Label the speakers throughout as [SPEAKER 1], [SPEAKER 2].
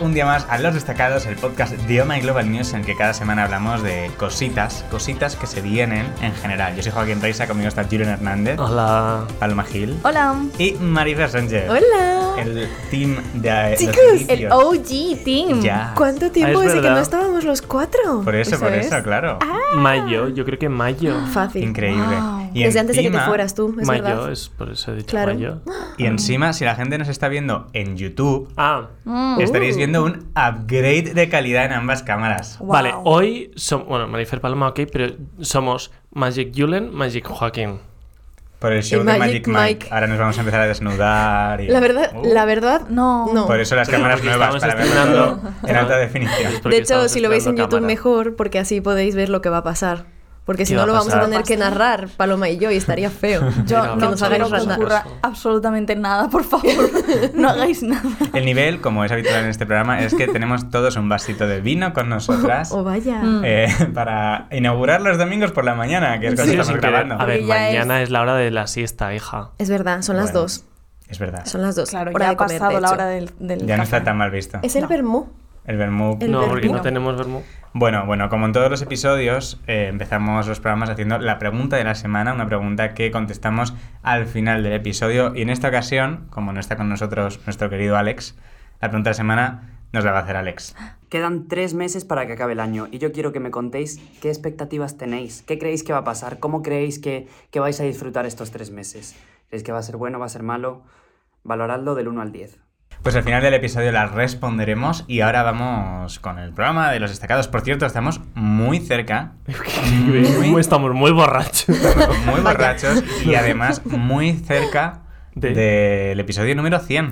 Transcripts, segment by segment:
[SPEAKER 1] un día más a Los Destacados, el podcast de Oh My Global News, en el que cada semana hablamos de cositas, cositas que se vienen en general. Yo soy Joaquín Reisa, conmigo está Julian Hernández,
[SPEAKER 2] Ah. Hola.
[SPEAKER 1] Paloma Gil
[SPEAKER 3] Hola.
[SPEAKER 1] y Marifer Sánchez.
[SPEAKER 3] Hola.
[SPEAKER 1] El team de eh, los
[SPEAKER 3] Chicos, el
[SPEAKER 1] inicios.
[SPEAKER 3] OG team.
[SPEAKER 1] Ya.
[SPEAKER 3] ¿Cuánto tiempo
[SPEAKER 2] Ah, es
[SPEAKER 3] desde que
[SPEAKER 2] verdad.
[SPEAKER 3] no estábamos los cuatro?
[SPEAKER 1] Por eso, por
[SPEAKER 3] es. Ah,
[SPEAKER 1] eso, claro.
[SPEAKER 2] Mayo, yo creo que mayo.
[SPEAKER 3] Fácil.
[SPEAKER 1] Increíble. Y
[SPEAKER 3] desde antes de que te
[SPEAKER 1] encima-
[SPEAKER 3] fueras tú, Ah, es
[SPEAKER 2] mayo,
[SPEAKER 3] verdad.
[SPEAKER 2] es por eso he dicho
[SPEAKER 3] Claro.
[SPEAKER 2] mayo.
[SPEAKER 1] Y encima, si la gente nos está viendo en YouTube,
[SPEAKER 2] Ah,
[SPEAKER 3] Mm.
[SPEAKER 1] estaréis
[SPEAKER 3] Uh.
[SPEAKER 1] viendo un upgrade de calidad en ambas cámaras.
[SPEAKER 3] Wow.
[SPEAKER 2] vale, hoy somos, bueno, Marifer Paloma, ok, pero somos Magic Julen, Magic Joaquín.
[SPEAKER 1] Por el show
[SPEAKER 3] Y
[SPEAKER 1] de Magic
[SPEAKER 3] Magic
[SPEAKER 1] Mike.
[SPEAKER 3] Mike.
[SPEAKER 1] Ahora nos vamos a empezar a desnudar. Y...
[SPEAKER 3] La verdad,
[SPEAKER 1] Uh.
[SPEAKER 3] la verdad, no. no.
[SPEAKER 1] Por eso las cámaras
[SPEAKER 2] Porque
[SPEAKER 1] nuevas,
[SPEAKER 2] estamos
[SPEAKER 1] para verlo todo
[SPEAKER 2] estrenando-
[SPEAKER 1] en alta definición.
[SPEAKER 2] porque
[SPEAKER 3] de hecho,
[SPEAKER 2] estamos
[SPEAKER 3] si lo veis en
[SPEAKER 2] estrenando
[SPEAKER 3] YouTube
[SPEAKER 2] cámara.
[SPEAKER 3] mejor, porque así podéis ver lo que va a pasar. Porque si
[SPEAKER 2] ¿Qué va
[SPEAKER 3] no
[SPEAKER 2] a
[SPEAKER 3] lo vamos a
[SPEAKER 2] pasar?
[SPEAKER 3] tener que narrar Paloma y yo y estaría feo.
[SPEAKER 2] Mira,
[SPEAKER 4] Yo
[SPEAKER 3] que
[SPEAKER 4] no
[SPEAKER 3] nos
[SPEAKER 4] quiero
[SPEAKER 3] hagáis
[SPEAKER 4] que
[SPEAKER 3] ratar.
[SPEAKER 4] ocurra
[SPEAKER 2] Eso.
[SPEAKER 4] absolutamente nada, por favor. No hagáis nada.
[SPEAKER 1] El nivel, como es habitual en este programa, es que tenemos todos un vasito de vino con nosotras
[SPEAKER 3] O Oh, vaya.
[SPEAKER 4] Mm.
[SPEAKER 1] eh, para inaugurar los domingos por la mañana, que es
[SPEAKER 2] Ha
[SPEAKER 1] cuando
[SPEAKER 2] sido
[SPEAKER 1] estamos
[SPEAKER 2] sin querer.
[SPEAKER 1] grabando.
[SPEAKER 2] A ver,
[SPEAKER 4] Porque ya
[SPEAKER 2] mañana es... la hora de la siesta, hija.
[SPEAKER 3] Es verdad, son las
[SPEAKER 1] Bueno,
[SPEAKER 3] dos.
[SPEAKER 1] Es verdad.
[SPEAKER 3] Son las dos.
[SPEAKER 4] Claro,
[SPEAKER 3] Hora
[SPEAKER 4] ya
[SPEAKER 3] de
[SPEAKER 4] ha
[SPEAKER 3] comer,
[SPEAKER 4] pasado
[SPEAKER 3] de
[SPEAKER 4] la
[SPEAKER 3] hecho.
[SPEAKER 4] hora del, del
[SPEAKER 1] Ya no está
[SPEAKER 4] café.
[SPEAKER 1] tan mal visto.
[SPEAKER 3] Es el
[SPEAKER 4] No.
[SPEAKER 3] vermú.
[SPEAKER 1] El vermú.
[SPEAKER 3] El
[SPEAKER 2] no, porque
[SPEAKER 3] vermú.
[SPEAKER 2] no tenemos vermú.
[SPEAKER 1] Bueno, bueno, como en todos los episodios, eh, empezamos los programas haciendo la pregunta de la semana, una pregunta que contestamos al final del episodio. Y en esta ocasión, como no está con nosotros nuestro querido Alex, la pregunta de la semana nos la va a hacer Alex.
[SPEAKER 5] Quedan tres meses para que acabe el año y yo quiero que me contéis qué expectativas tenéis, qué creéis que va a pasar, cómo creéis que, que vais a disfrutar estos tres meses. ¿Creéis que va a ser bueno, va a ser malo? Valoradlo del 1 al 10.
[SPEAKER 1] Pues al final del episodio la responderemos y ahora vamos con el programa de los destacados. Por cierto, estamos muy cerca, Mm. Muy-
[SPEAKER 2] Estamos muy borrachos.
[SPEAKER 1] muy borrachos y además muy cerca
[SPEAKER 2] De-
[SPEAKER 1] del episodio número 100.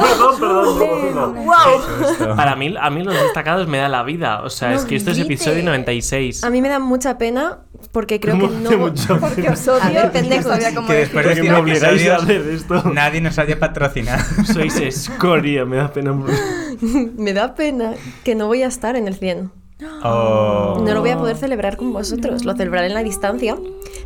[SPEAKER 2] perdón, perdón,
[SPEAKER 1] Qué susto.
[SPEAKER 2] Para mí, a mí los destacados me da la vida. O sea, es que esto es episodio 96.
[SPEAKER 3] A mí me da mucha pena porque creo que
[SPEAKER 2] Me hace
[SPEAKER 3] no.
[SPEAKER 2] mucha
[SPEAKER 4] Porque os
[SPEAKER 3] A
[SPEAKER 4] odio
[SPEAKER 3] ver,
[SPEAKER 4] y no
[SPEAKER 3] pendejos.
[SPEAKER 4] sabía cómo
[SPEAKER 1] Que
[SPEAKER 4] decir.
[SPEAKER 1] después de
[SPEAKER 2] Porque
[SPEAKER 1] 100
[SPEAKER 2] me obligáis a
[SPEAKER 1] episodios
[SPEAKER 2] hacer esto.
[SPEAKER 1] nadie nos haya patrocinado.
[SPEAKER 2] Sois escoria, me da pena.
[SPEAKER 3] Me da pena que no voy a estar en el 100.
[SPEAKER 1] Oh.
[SPEAKER 3] No lo voy a poder celebrar con vosotros. Lo celebraré en la distancia.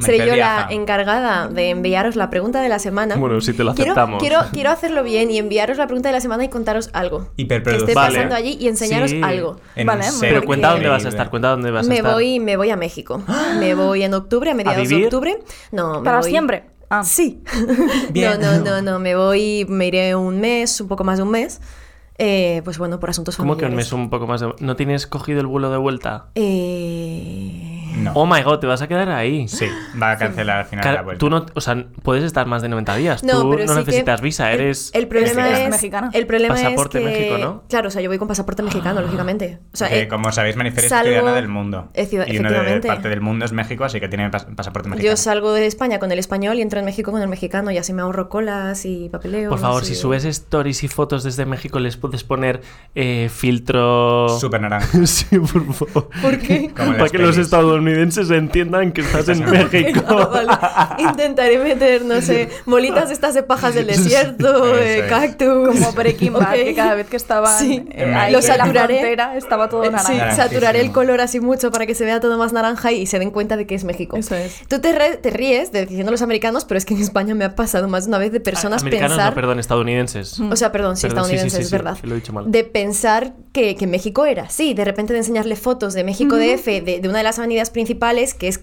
[SPEAKER 3] Seré
[SPEAKER 1] Merkel
[SPEAKER 3] yo la
[SPEAKER 1] viaja.
[SPEAKER 3] encargada de enviaros la pregunta de la semana.
[SPEAKER 2] Bueno, si te lo
[SPEAKER 3] Quiero-
[SPEAKER 2] aceptamos.
[SPEAKER 3] Quiero, quiero, hacerlo bien y enviaros la pregunta de la semana y contaros algo. Que
[SPEAKER 1] Hiperproducción.
[SPEAKER 3] esté
[SPEAKER 2] Vale.
[SPEAKER 3] pasando allí y enseñaros
[SPEAKER 2] Sí.
[SPEAKER 3] algo.
[SPEAKER 1] En
[SPEAKER 4] Vale,
[SPEAKER 1] serio.
[SPEAKER 2] Pero
[SPEAKER 4] Porque-
[SPEAKER 2] cuenta dónde vas a estar, cuenta dónde vas a
[SPEAKER 3] Me
[SPEAKER 2] estar.
[SPEAKER 3] voy, me voy a México. Me voy en octubre, a mediados de
[SPEAKER 2] vivir?
[SPEAKER 3] octubre. No, me
[SPEAKER 4] Para
[SPEAKER 3] voy-
[SPEAKER 4] siempre. Ah.
[SPEAKER 3] Sí.
[SPEAKER 1] Bien.
[SPEAKER 3] No, no, no, no. Me voy, me iré un mes, un poco más de un mes. Eh, pues bueno, por asuntos
[SPEAKER 2] ¿Cómo
[SPEAKER 3] familiares.
[SPEAKER 2] que un mes un poco más de... ¿No tienes cogido el vuelo de vuelta?
[SPEAKER 3] Eh...
[SPEAKER 1] No.
[SPEAKER 2] Oh my god, te vas a quedar ahí.
[SPEAKER 1] Sí, va a cancelar al final
[SPEAKER 2] Cara,
[SPEAKER 1] la vuelta.
[SPEAKER 2] tú no, o sea, puedes estar más de 90 días. tú no
[SPEAKER 3] sí que
[SPEAKER 2] necesitas visa,
[SPEAKER 3] el-
[SPEAKER 2] eres.
[SPEAKER 3] El, problema
[SPEAKER 1] mexicana.
[SPEAKER 3] es
[SPEAKER 4] Mexicana.
[SPEAKER 3] El problema
[SPEAKER 2] Pasaporte
[SPEAKER 3] es que,
[SPEAKER 2] México, ¿no? Ah.
[SPEAKER 3] Claro, o sea, yo voy con pasaporte mexicano, lógicamente. O sea,
[SPEAKER 1] Que,
[SPEAKER 3] eh,
[SPEAKER 1] como sabéis, Manifer es
[SPEAKER 3] salgo-
[SPEAKER 1] ciudadana del mundo.
[SPEAKER 3] Es ciudad-
[SPEAKER 1] y una de
[SPEAKER 3] efectivamente.
[SPEAKER 1] parte del mundo es México, así que tiene pas- pasaporte mexicano.
[SPEAKER 3] yo salgo de España con el español y entro en México con el mexicano y así me ahorro colas y papeleo.
[SPEAKER 2] Por favor, si subes stories y fotos desde México, les puedes poner eh, filtro.
[SPEAKER 1] Súper naranja.
[SPEAKER 2] Sí, por favor.
[SPEAKER 3] ¿Por qué?
[SPEAKER 1] Como en
[SPEAKER 2] Para
[SPEAKER 1] las
[SPEAKER 2] que los
[SPEAKER 1] pelis.
[SPEAKER 2] estadounidenses entiendan que estás en México.
[SPEAKER 3] Ah, vale. Intentaré meter, no sé, bolitas estas de pajas del desierto,
[SPEAKER 1] Eso
[SPEAKER 3] eh,
[SPEAKER 1] es.
[SPEAKER 3] cactus.
[SPEAKER 4] Como Breaking Bad,
[SPEAKER 3] Ok.
[SPEAKER 4] que cada vez que estaban
[SPEAKER 3] Sí.
[SPEAKER 4] eh,
[SPEAKER 1] En
[SPEAKER 4] ahí
[SPEAKER 1] Lo
[SPEAKER 4] en la
[SPEAKER 3] saturaré.
[SPEAKER 4] frontera estaba todo
[SPEAKER 3] Eh, Sí,
[SPEAKER 4] naranja.
[SPEAKER 1] Naranjísimo.
[SPEAKER 3] saturaré el color así mucho para que se vea todo más naranja y se den cuenta de que es México.
[SPEAKER 4] Eso es.
[SPEAKER 3] Tú te, re- te ríes de diciendo los americanos, pero es que en España me ha pasado más de una vez de personas
[SPEAKER 2] Ah, Americanos,
[SPEAKER 3] pensar...
[SPEAKER 2] no, perdón, estadounidenses.
[SPEAKER 3] O sea, perdón, sí,
[SPEAKER 2] Perdón, sí, sí,
[SPEAKER 3] estadounidenses,
[SPEAKER 2] sí,
[SPEAKER 3] es
[SPEAKER 2] sí,
[SPEAKER 3] verdad.
[SPEAKER 2] que lo he dicho mal.
[SPEAKER 3] De pensar que, que México era, sí, de repente de enseñarle fotos de México DF, de, de una de las avenidas principales, que es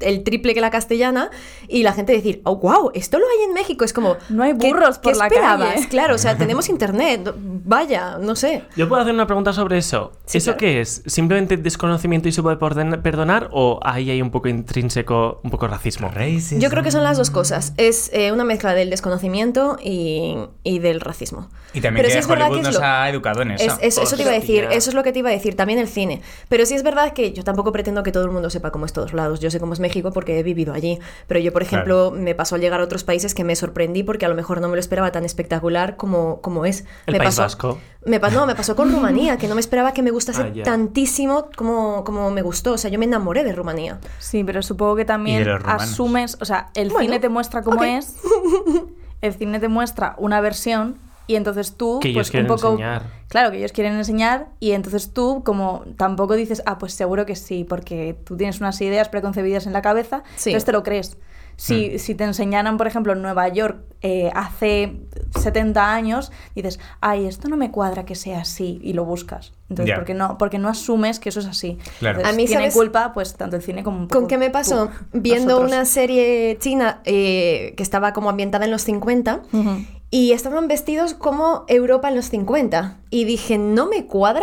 [SPEAKER 3] el triple que la castellana, y la gente decir, oh, wow, esto lo hay en México. Es como,
[SPEAKER 4] No hay
[SPEAKER 3] ¿qué-
[SPEAKER 4] burros por
[SPEAKER 3] ¿qué
[SPEAKER 4] la
[SPEAKER 3] esperabas?
[SPEAKER 4] calle.
[SPEAKER 3] Claro, o sea, tenemos internet, vaya, no sé.
[SPEAKER 2] Yo puedo hacer una pregunta sobre eso.
[SPEAKER 3] Sí,
[SPEAKER 2] ¿Eso
[SPEAKER 3] claro.
[SPEAKER 2] qué es? ¿Simplemente desconocimiento y se puede porden- perdonar? ¿O ahí hay un poco intrínseco, un poco racismo?
[SPEAKER 1] Racism.
[SPEAKER 3] Yo creo que son las dos cosas. Es eh, una mezcla del desconocimiento y, y del racismo.
[SPEAKER 1] Y también
[SPEAKER 3] Pero
[SPEAKER 1] que
[SPEAKER 3] sí es verdad
[SPEAKER 1] Hollywood
[SPEAKER 3] que es
[SPEAKER 1] nos
[SPEAKER 3] lo-
[SPEAKER 1] ha educado en eso.
[SPEAKER 3] Es- es- eso te iba a decir,
[SPEAKER 2] Hostia.
[SPEAKER 3] eso es lo que te iba a decir, también el cine. Pero sí es verdad que yo tampoco pretendo que todo el mundo sepa cómo es todos lados. Yo sé cómo es México porque he vivido allí. Pero yo, por ejemplo, me pasó al llegar a otros países que me sorprendí porque a lo mejor no me lo esperaba tan espectacular como, como es.
[SPEAKER 2] El
[SPEAKER 3] me
[SPEAKER 2] País
[SPEAKER 3] pasó,
[SPEAKER 2] Vasco.
[SPEAKER 3] Me pa- no, me pasó con Rumanía, que no me esperaba que me gustase
[SPEAKER 2] Ah, ya.
[SPEAKER 3] tantísimo como, como me gustó. O sea, yo me enamoré de Rumanía.
[SPEAKER 4] Sí, pero supongo que
[SPEAKER 1] Y
[SPEAKER 4] también
[SPEAKER 1] de los romanos.
[SPEAKER 4] asumes, o sea, el
[SPEAKER 3] Bueno,
[SPEAKER 4] cine te muestra cómo
[SPEAKER 3] ok.
[SPEAKER 4] es, el cine te muestra una versión y entonces tú,
[SPEAKER 2] Que ellos
[SPEAKER 4] pues un
[SPEAKER 2] quieren
[SPEAKER 4] poco,
[SPEAKER 2] enseñar.
[SPEAKER 4] claro, que ellos quieren enseñar y entonces tú como tampoco dices, ah, pues seguro que sí, porque tú tienes unas ideas preconcebidas en la cabeza,
[SPEAKER 3] Sí.
[SPEAKER 4] entonces te lo crees. Si,
[SPEAKER 1] Hmm.
[SPEAKER 4] si te enseñaran, por ejemplo, en Nueva York eh, hace 70 años, dices, ay, esto no me cuadra que sea así, y lo buscas. Entonces,
[SPEAKER 1] Ya.
[SPEAKER 4] ¿por qué no, porque no asumes que eso es así.
[SPEAKER 1] Claro.
[SPEAKER 4] Entonces,
[SPEAKER 3] A mí,
[SPEAKER 4] tiene
[SPEAKER 3] ¿sabes?
[SPEAKER 4] culpa, pues, tanto el cine como un
[SPEAKER 3] ¿Con
[SPEAKER 4] poco
[SPEAKER 3] qué me pasó?
[SPEAKER 4] tú,
[SPEAKER 3] Viendo
[SPEAKER 4] nosotros.
[SPEAKER 3] una serie china eh, que estaba como ambientada en los 50
[SPEAKER 4] Ujú.
[SPEAKER 3] y estaban vestidos como Europa en los 50. Y dije, no me cuadra.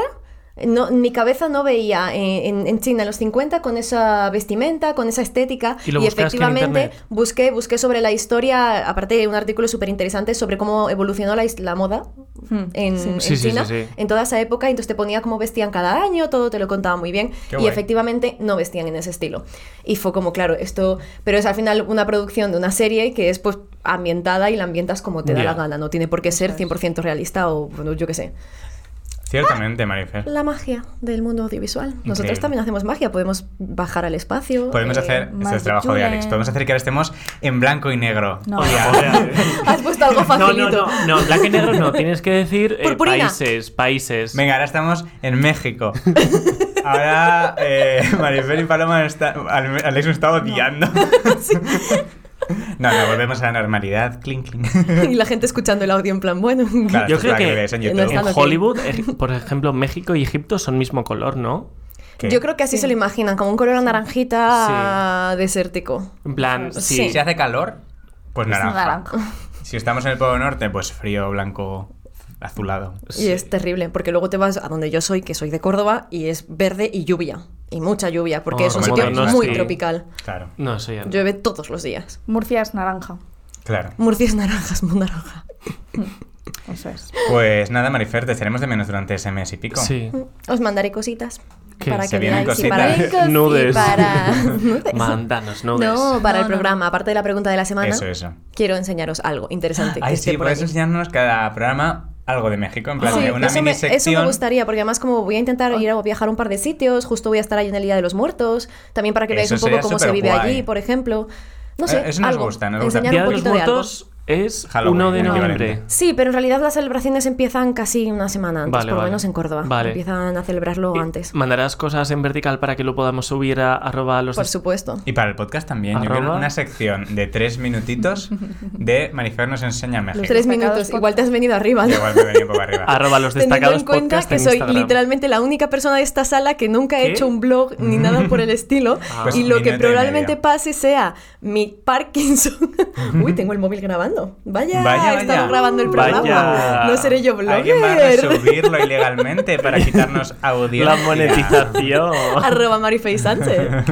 [SPEAKER 3] No, mi cabeza no veía eh, en, en China en los 50 con esa vestimenta, con esa estética.
[SPEAKER 2] Y lo buscaste en
[SPEAKER 3] efectivamente
[SPEAKER 2] internet.
[SPEAKER 3] busqué, busqué sobre la historia, aparte un artículo súper interesante sobre cómo evolucionó la, is- la moda
[SPEAKER 4] Hmm.
[SPEAKER 3] en,
[SPEAKER 4] Sí.
[SPEAKER 3] en
[SPEAKER 2] Sí, sí,
[SPEAKER 3] China
[SPEAKER 2] sí, sí.
[SPEAKER 3] en toda esa época. Entonces te ponía cómo vestían cada año, todo te lo contaba muy bien. y
[SPEAKER 1] Qué guay.
[SPEAKER 3] efectivamente no vestían en ese estilo. Y fue como, claro, esto. Pero es al final una producción de una serie que es pues ambientada y la ambientas como te da
[SPEAKER 2] Ya.
[SPEAKER 3] la gana. No tiene por qué ser 100% realista o, bueno, yo qué sé.
[SPEAKER 1] Ciertamente, Marifer.
[SPEAKER 3] La magia del mundo audiovisual. Nosotros
[SPEAKER 1] Increíble.
[SPEAKER 3] también hacemos magia. Podemos bajar al espacio.
[SPEAKER 1] Podemos
[SPEAKER 3] eh,
[SPEAKER 1] hacer, este es
[SPEAKER 4] Magic
[SPEAKER 1] el trabajo de Alex,
[SPEAKER 4] Julen.
[SPEAKER 1] podemos hacer que ahora estemos en blanco y negro.
[SPEAKER 4] No.
[SPEAKER 2] Hola, hola.
[SPEAKER 3] Has puesto algo
[SPEAKER 2] No,
[SPEAKER 3] facilito.
[SPEAKER 2] no, no, no, blanco y negro no, tienes que decir eh,
[SPEAKER 3] Purpurina.
[SPEAKER 2] países, países.
[SPEAKER 1] Venga, ahora estamos en México. Ahora eh, Marifer y Paloma está, Al- Alex me está odiando. No, no, volvemos a la normalidad. Clink, clink.
[SPEAKER 3] Y la gente escuchando el audio en plan, bueno.
[SPEAKER 1] Claro,
[SPEAKER 2] Yo
[SPEAKER 1] esto
[SPEAKER 2] creo
[SPEAKER 1] es la
[SPEAKER 2] que
[SPEAKER 1] ves en
[SPEAKER 3] no
[SPEAKER 1] YouTube.
[SPEAKER 3] está-
[SPEAKER 2] En
[SPEAKER 3] ok.
[SPEAKER 2] Hollywood, eh, por ejemplo, México y Egipto son mismo color, ¿no?
[SPEAKER 1] ¿Qué?
[SPEAKER 3] Yo creo que así se lo imaginan, como un color anaranjita
[SPEAKER 2] Sí.
[SPEAKER 3] desértico.
[SPEAKER 2] En plan,
[SPEAKER 3] Sí.
[SPEAKER 2] sí.
[SPEAKER 1] Si hace calor, pues
[SPEAKER 4] Es
[SPEAKER 1] naranja.
[SPEAKER 4] naranja.
[SPEAKER 1] Si estamos en el Polo Norte, pues frío, blanco, azulado.
[SPEAKER 3] Y es terrible, porque luego te vas a donde yo soy, que soy de Córdoba, y es verde y lluvia. Y mucha lluvia, porque
[SPEAKER 2] Oh,
[SPEAKER 3] es un
[SPEAKER 1] Ah, como
[SPEAKER 3] sitio
[SPEAKER 1] Donosti.
[SPEAKER 3] muy tropical.
[SPEAKER 1] Claro,
[SPEAKER 2] No, eso ya no.
[SPEAKER 3] Llueve todos los días.
[SPEAKER 4] Murcia es naranja.
[SPEAKER 1] claro.
[SPEAKER 3] Murcia es naranja, es muy naranja.
[SPEAKER 4] Eso es.
[SPEAKER 1] Pues nada, Marifer, te echaremos de menos durante ese mes y pico.
[SPEAKER 2] Sí.
[SPEAKER 3] Os mandaré cositas.
[SPEAKER 2] ¿Qué?
[SPEAKER 3] para
[SPEAKER 1] Se
[SPEAKER 3] que
[SPEAKER 1] vienen
[SPEAKER 3] veáis. y
[SPEAKER 1] cositas.
[SPEAKER 3] para-
[SPEAKER 2] Cositas, Nudes.
[SPEAKER 3] y para- Nudes.
[SPEAKER 2] Mándanos, no
[SPEAKER 3] No,
[SPEAKER 2] ves.
[SPEAKER 3] para
[SPEAKER 4] No,
[SPEAKER 3] el
[SPEAKER 4] no,
[SPEAKER 3] programa. Aparte de la pregunta de la semana,
[SPEAKER 1] Eso, eso.
[SPEAKER 3] quiero enseñaros algo interesante. que
[SPEAKER 1] Ay,
[SPEAKER 3] esté
[SPEAKER 1] sí,
[SPEAKER 3] por
[SPEAKER 1] puedes
[SPEAKER 3] aquí.
[SPEAKER 1] enseñarnos cada programa algo de México, en plan
[SPEAKER 3] Sí,
[SPEAKER 1] de una
[SPEAKER 3] eso, me,
[SPEAKER 1] mini
[SPEAKER 3] eso
[SPEAKER 1] sección.
[SPEAKER 3] me gustaría, porque además como voy a
[SPEAKER 4] Oh.
[SPEAKER 3] intentar ir a viajar a un par de sitios, justo voy a estar ahí en el Día de los Muertos, también para que veáis
[SPEAKER 1] Eso
[SPEAKER 3] un poco
[SPEAKER 1] sería
[SPEAKER 3] cómo se vive
[SPEAKER 1] superguay.
[SPEAKER 3] allí, por ejemplo. No
[SPEAKER 1] Eh,
[SPEAKER 3] sé,
[SPEAKER 1] eso nos
[SPEAKER 3] algo.
[SPEAKER 1] gusta, nos gusta.
[SPEAKER 3] Enseñar
[SPEAKER 2] Día
[SPEAKER 3] un
[SPEAKER 2] de los
[SPEAKER 3] poquito de algo.
[SPEAKER 2] Muertos es
[SPEAKER 1] Halloween,
[SPEAKER 2] 1 de
[SPEAKER 1] el
[SPEAKER 2] noviembre.
[SPEAKER 1] equivalente.
[SPEAKER 3] Sí, pero en realidad las celebraciones empiezan casi una semana antes,
[SPEAKER 2] Vale,
[SPEAKER 3] por lo
[SPEAKER 2] vale.
[SPEAKER 3] menos en Córdoba.
[SPEAKER 2] Vale.
[SPEAKER 3] Empiezan a celebrarlo antes.
[SPEAKER 2] ¿Mandarás cosas en vertical para que lo podamos subir a arroba los
[SPEAKER 3] Por
[SPEAKER 2] des-
[SPEAKER 3] supuesto.
[SPEAKER 1] Y para el podcast también, yo quiero
[SPEAKER 2] Arroba.
[SPEAKER 1] una sección de tres minutitos de Marifer nos enseña México.
[SPEAKER 3] Los tres
[SPEAKER 4] destacados
[SPEAKER 3] minutos.
[SPEAKER 4] podcast.
[SPEAKER 3] Igual te has venido arriba.
[SPEAKER 1] Que
[SPEAKER 3] ¿no?
[SPEAKER 1] Igual me venía por arriba.
[SPEAKER 2] arroba los
[SPEAKER 3] Teniendo
[SPEAKER 2] destacados
[SPEAKER 3] en cuenta
[SPEAKER 2] podcast
[SPEAKER 3] que
[SPEAKER 2] en
[SPEAKER 3] soy
[SPEAKER 2] Instagram.
[SPEAKER 3] literalmente la única persona de esta sala que nunca he
[SPEAKER 2] ¿Qué?
[SPEAKER 3] hecho un blog ni nada por el estilo.
[SPEAKER 2] Ah.
[SPEAKER 1] Pues
[SPEAKER 3] y lo que
[SPEAKER 1] minuto y
[SPEAKER 3] probablemente
[SPEAKER 1] medio.
[SPEAKER 3] pase sea mi Parkinson. Uy, tengo el móvil grabando. Vaya,
[SPEAKER 1] Vaya,
[SPEAKER 3] estamos
[SPEAKER 1] vaya.
[SPEAKER 3] grabando el programa.
[SPEAKER 2] Vaya.
[SPEAKER 3] No seré yo
[SPEAKER 1] Alguien va a
[SPEAKER 3] blogger.
[SPEAKER 1] subirlo ilegalmente para quitarnos audiencia.
[SPEAKER 2] La monetización.
[SPEAKER 3] Arroba Marifei Sánchez.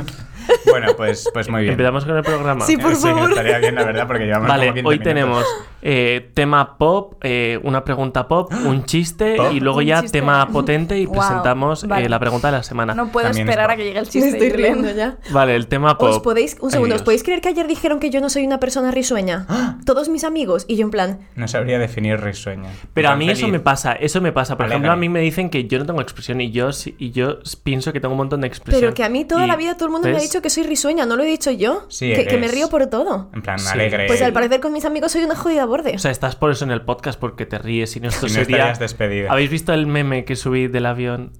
[SPEAKER 1] Bueno, pues, pues muy bien.
[SPEAKER 2] Empezamos con el programa.
[SPEAKER 3] Sí, por
[SPEAKER 1] Eh,
[SPEAKER 3] favor.
[SPEAKER 1] estaría bien, la verdad, porque llevamos
[SPEAKER 2] Vale,
[SPEAKER 1] como 15
[SPEAKER 2] hoy
[SPEAKER 1] minutos.
[SPEAKER 2] tenemos eh, tema pop, eh, una pregunta pop, un chiste
[SPEAKER 1] ¿Pop?
[SPEAKER 2] y luego
[SPEAKER 4] Un
[SPEAKER 2] ya
[SPEAKER 4] chiste.
[SPEAKER 2] tema potente y
[SPEAKER 4] Wow,
[SPEAKER 2] presentamos eh,
[SPEAKER 4] vale.
[SPEAKER 2] la pregunta de la semana.
[SPEAKER 4] No puedo
[SPEAKER 1] También
[SPEAKER 4] esperar
[SPEAKER 1] está.
[SPEAKER 4] a que llegue el
[SPEAKER 3] Me
[SPEAKER 4] chiste.
[SPEAKER 3] estoy
[SPEAKER 4] Belén.
[SPEAKER 3] riendo ya.
[SPEAKER 2] Vale, el tema pop.
[SPEAKER 3] Os podéis, un
[SPEAKER 2] Ay,
[SPEAKER 3] segundo, ¿os
[SPEAKER 2] Dios.
[SPEAKER 3] podéis creer que ayer dijeron que yo no soy una persona risueña? Todos mis amigos y yo en plan,
[SPEAKER 1] ¡Ah! No sabría definir risueño.
[SPEAKER 2] Pero a
[SPEAKER 1] Tan
[SPEAKER 2] mí eso
[SPEAKER 1] feliz.
[SPEAKER 2] me pasa, eso me pasa. Por
[SPEAKER 1] Alégrame.
[SPEAKER 2] ejemplo, a mí me dicen que yo no tengo expresión y yo, sí- y yo pienso que tengo un montón de expresión.
[SPEAKER 3] pero que a mí toda
[SPEAKER 2] Pues Y,
[SPEAKER 3] la vida todo el mundo me ha
[SPEAKER 2] ¿ves?
[SPEAKER 3] dicho que soy risueña, no lo he dicho yo,
[SPEAKER 1] Sí,
[SPEAKER 3] que, que me
[SPEAKER 1] eres.
[SPEAKER 3] río por todo.
[SPEAKER 1] En plan,
[SPEAKER 2] Sí.
[SPEAKER 1] alegre.
[SPEAKER 3] Pues al parecer con mis amigos soy una jodida borde.
[SPEAKER 2] Eh, O sea, estás por eso en el podcast porque te ríes y no esto
[SPEAKER 1] Si no
[SPEAKER 2] sería...
[SPEAKER 1] estarías despedida.
[SPEAKER 2] ¿Habéis visto el meme que subí del avión?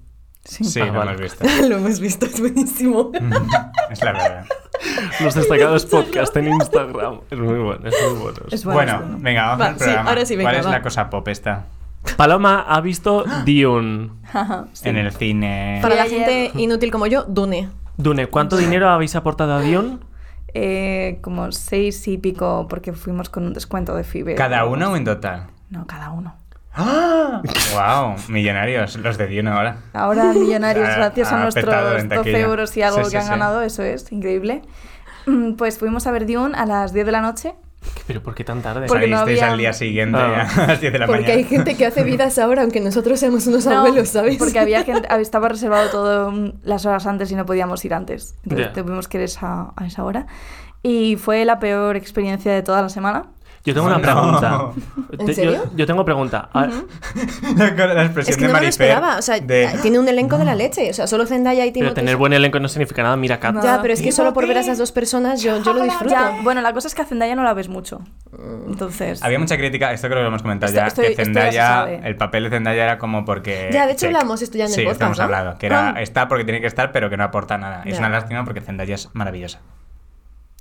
[SPEAKER 1] Sí,
[SPEAKER 2] Ah,
[SPEAKER 1] lo
[SPEAKER 2] vale.
[SPEAKER 1] hemos visto.
[SPEAKER 3] lo hemos visto, es buenísimo.
[SPEAKER 2] Eh,
[SPEAKER 1] Es la verdad.
[SPEAKER 2] Los destacados podcast en Instagram. Es muy bueno, es muy bueno.
[SPEAKER 4] Es
[SPEAKER 1] Bueno, venga, vamos
[SPEAKER 3] Va,
[SPEAKER 1] al
[SPEAKER 3] sí,
[SPEAKER 1] programa.
[SPEAKER 3] ahora sí, venga,
[SPEAKER 1] ¿Cuál es
[SPEAKER 3] va.
[SPEAKER 1] la cosa pop esta?
[SPEAKER 2] Paloma ha visto Dune.
[SPEAKER 1] En el cine.
[SPEAKER 3] Para la
[SPEAKER 4] ayer-
[SPEAKER 3] gente inútil como yo, Dune.
[SPEAKER 2] Dune, ¿cuánto dinero habéis aportado a Dune?
[SPEAKER 4] Eh, como seis y pico, porque fuimos con un descuento de FIBE.
[SPEAKER 1] ¿Cada uno o en total?
[SPEAKER 4] No, cada uno.
[SPEAKER 3] ¡Ah!
[SPEAKER 1] ¡Wow! Millonarios, los de Dune ahora.
[SPEAKER 4] Ahora millonarios,
[SPEAKER 1] Ha-
[SPEAKER 4] gracias
[SPEAKER 1] ha
[SPEAKER 4] a
[SPEAKER 1] petado en
[SPEAKER 4] nuestros 12
[SPEAKER 1] taquilla.
[SPEAKER 4] euros y algo
[SPEAKER 1] Sí, sí,
[SPEAKER 4] que han
[SPEAKER 1] sí.
[SPEAKER 4] ganado, eso es, increíble. Mm, Pues fuimos a ver Dune a las 10 de la noche.
[SPEAKER 2] ¿Qué- ¿Pero por qué tan tarde?
[SPEAKER 4] Porque no
[SPEAKER 1] Salisteis
[SPEAKER 4] había-
[SPEAKER 1] al día siguiente
[SPEAKER 2] Ah.
[SPEAKER 1] a las 10 de la
[SPEAKER 3] Porque
[SPEAKER 1] mañana.
[SPEAKER 3] hay gente que hace vidas ahora, aunque nosotros seamos unos
[SPEAKER 4] No,
[SPEAKER 3] abuelos, ¿sabes?
[SPEAKER 4] Porque había gente, estaba reservado todo mm, las horas antes y no podíamos ir antes. Entonces
[SPEAKER 2] Ya.
[SPEAKER 4] tuvimos que ir esa- a esa hora. Y fue la peor experiencia de toda la semana.
[SPEAKER 2] Yo tengo una
[SPEAKER 1] No.
[SPEAKER 2] pregunta.
[SPEAKER 3] ¿En
[SPEAKER 2] Te-
[SPEAKER 3] serio?
[SPEAKER 2] Yo, yo tengo pregunta. Ah, A-
[SPEAKER 1] Con la expresión
[SPEAKER 3] Es que no
[SPEAKER 1] de
[SPEAKER 3] me lo
[SPEAKER 1] Marifer.
[SPEAKER 3] esperaba, o sea, ah,
[SPEAKER 1] de-
[SPEAKER 3] tiene un elenco de la leche, o sea, solo Zendaya y
[SPEAKER 2] Pero
[SPEAKER 3] Timothy.
[SPEAKER 2] tener buen elenco no significa nada. Mira, Kat.
[SPEAKER 4] No.
[SPEAKER 3] Ya, pero es que solo por ver a
[SPEAKER 1] Timothy.
[SPEAKER 3] esas dos personas yo, yo lo disfruto.
[SPEAKER 4] Ya, bueno, la cosa es que a Zendaya no la ves mucho. Entonces.
[SPEAKER 1] Había mucha crítica, esto creo que lo hemos comentado
[SPEAKER 4] Esto-
[SPEAKER 1] ya,
[SPEAKER 4] esto-
[SPEAKER 1] que
[SPEAKER 4] esto ya se
[SPEAKER 1] Zendaya,
[SPEAKER 4] sabe.
[SPEAKER 1] el papel de Zendaya era como porque...
[SPEAKER 3] Ya, de hecho hablamos esto ya en el
[SPEAKER 1] sí,
[SPEAKER 3] podcast,
[SPEAKER 1] Sí, hemos
[SPEAKER 3] ¿no?
[SPEAKER 1] hablado, que era,
[SPEAKER 3] Ah.
[SPEAKER 1] está porque tiene que estar, pero que no aporta nada. Es
[SPEAKER 3] Ya.
[SPEAKER 1] una lástima porque Zendaya es maravillosa.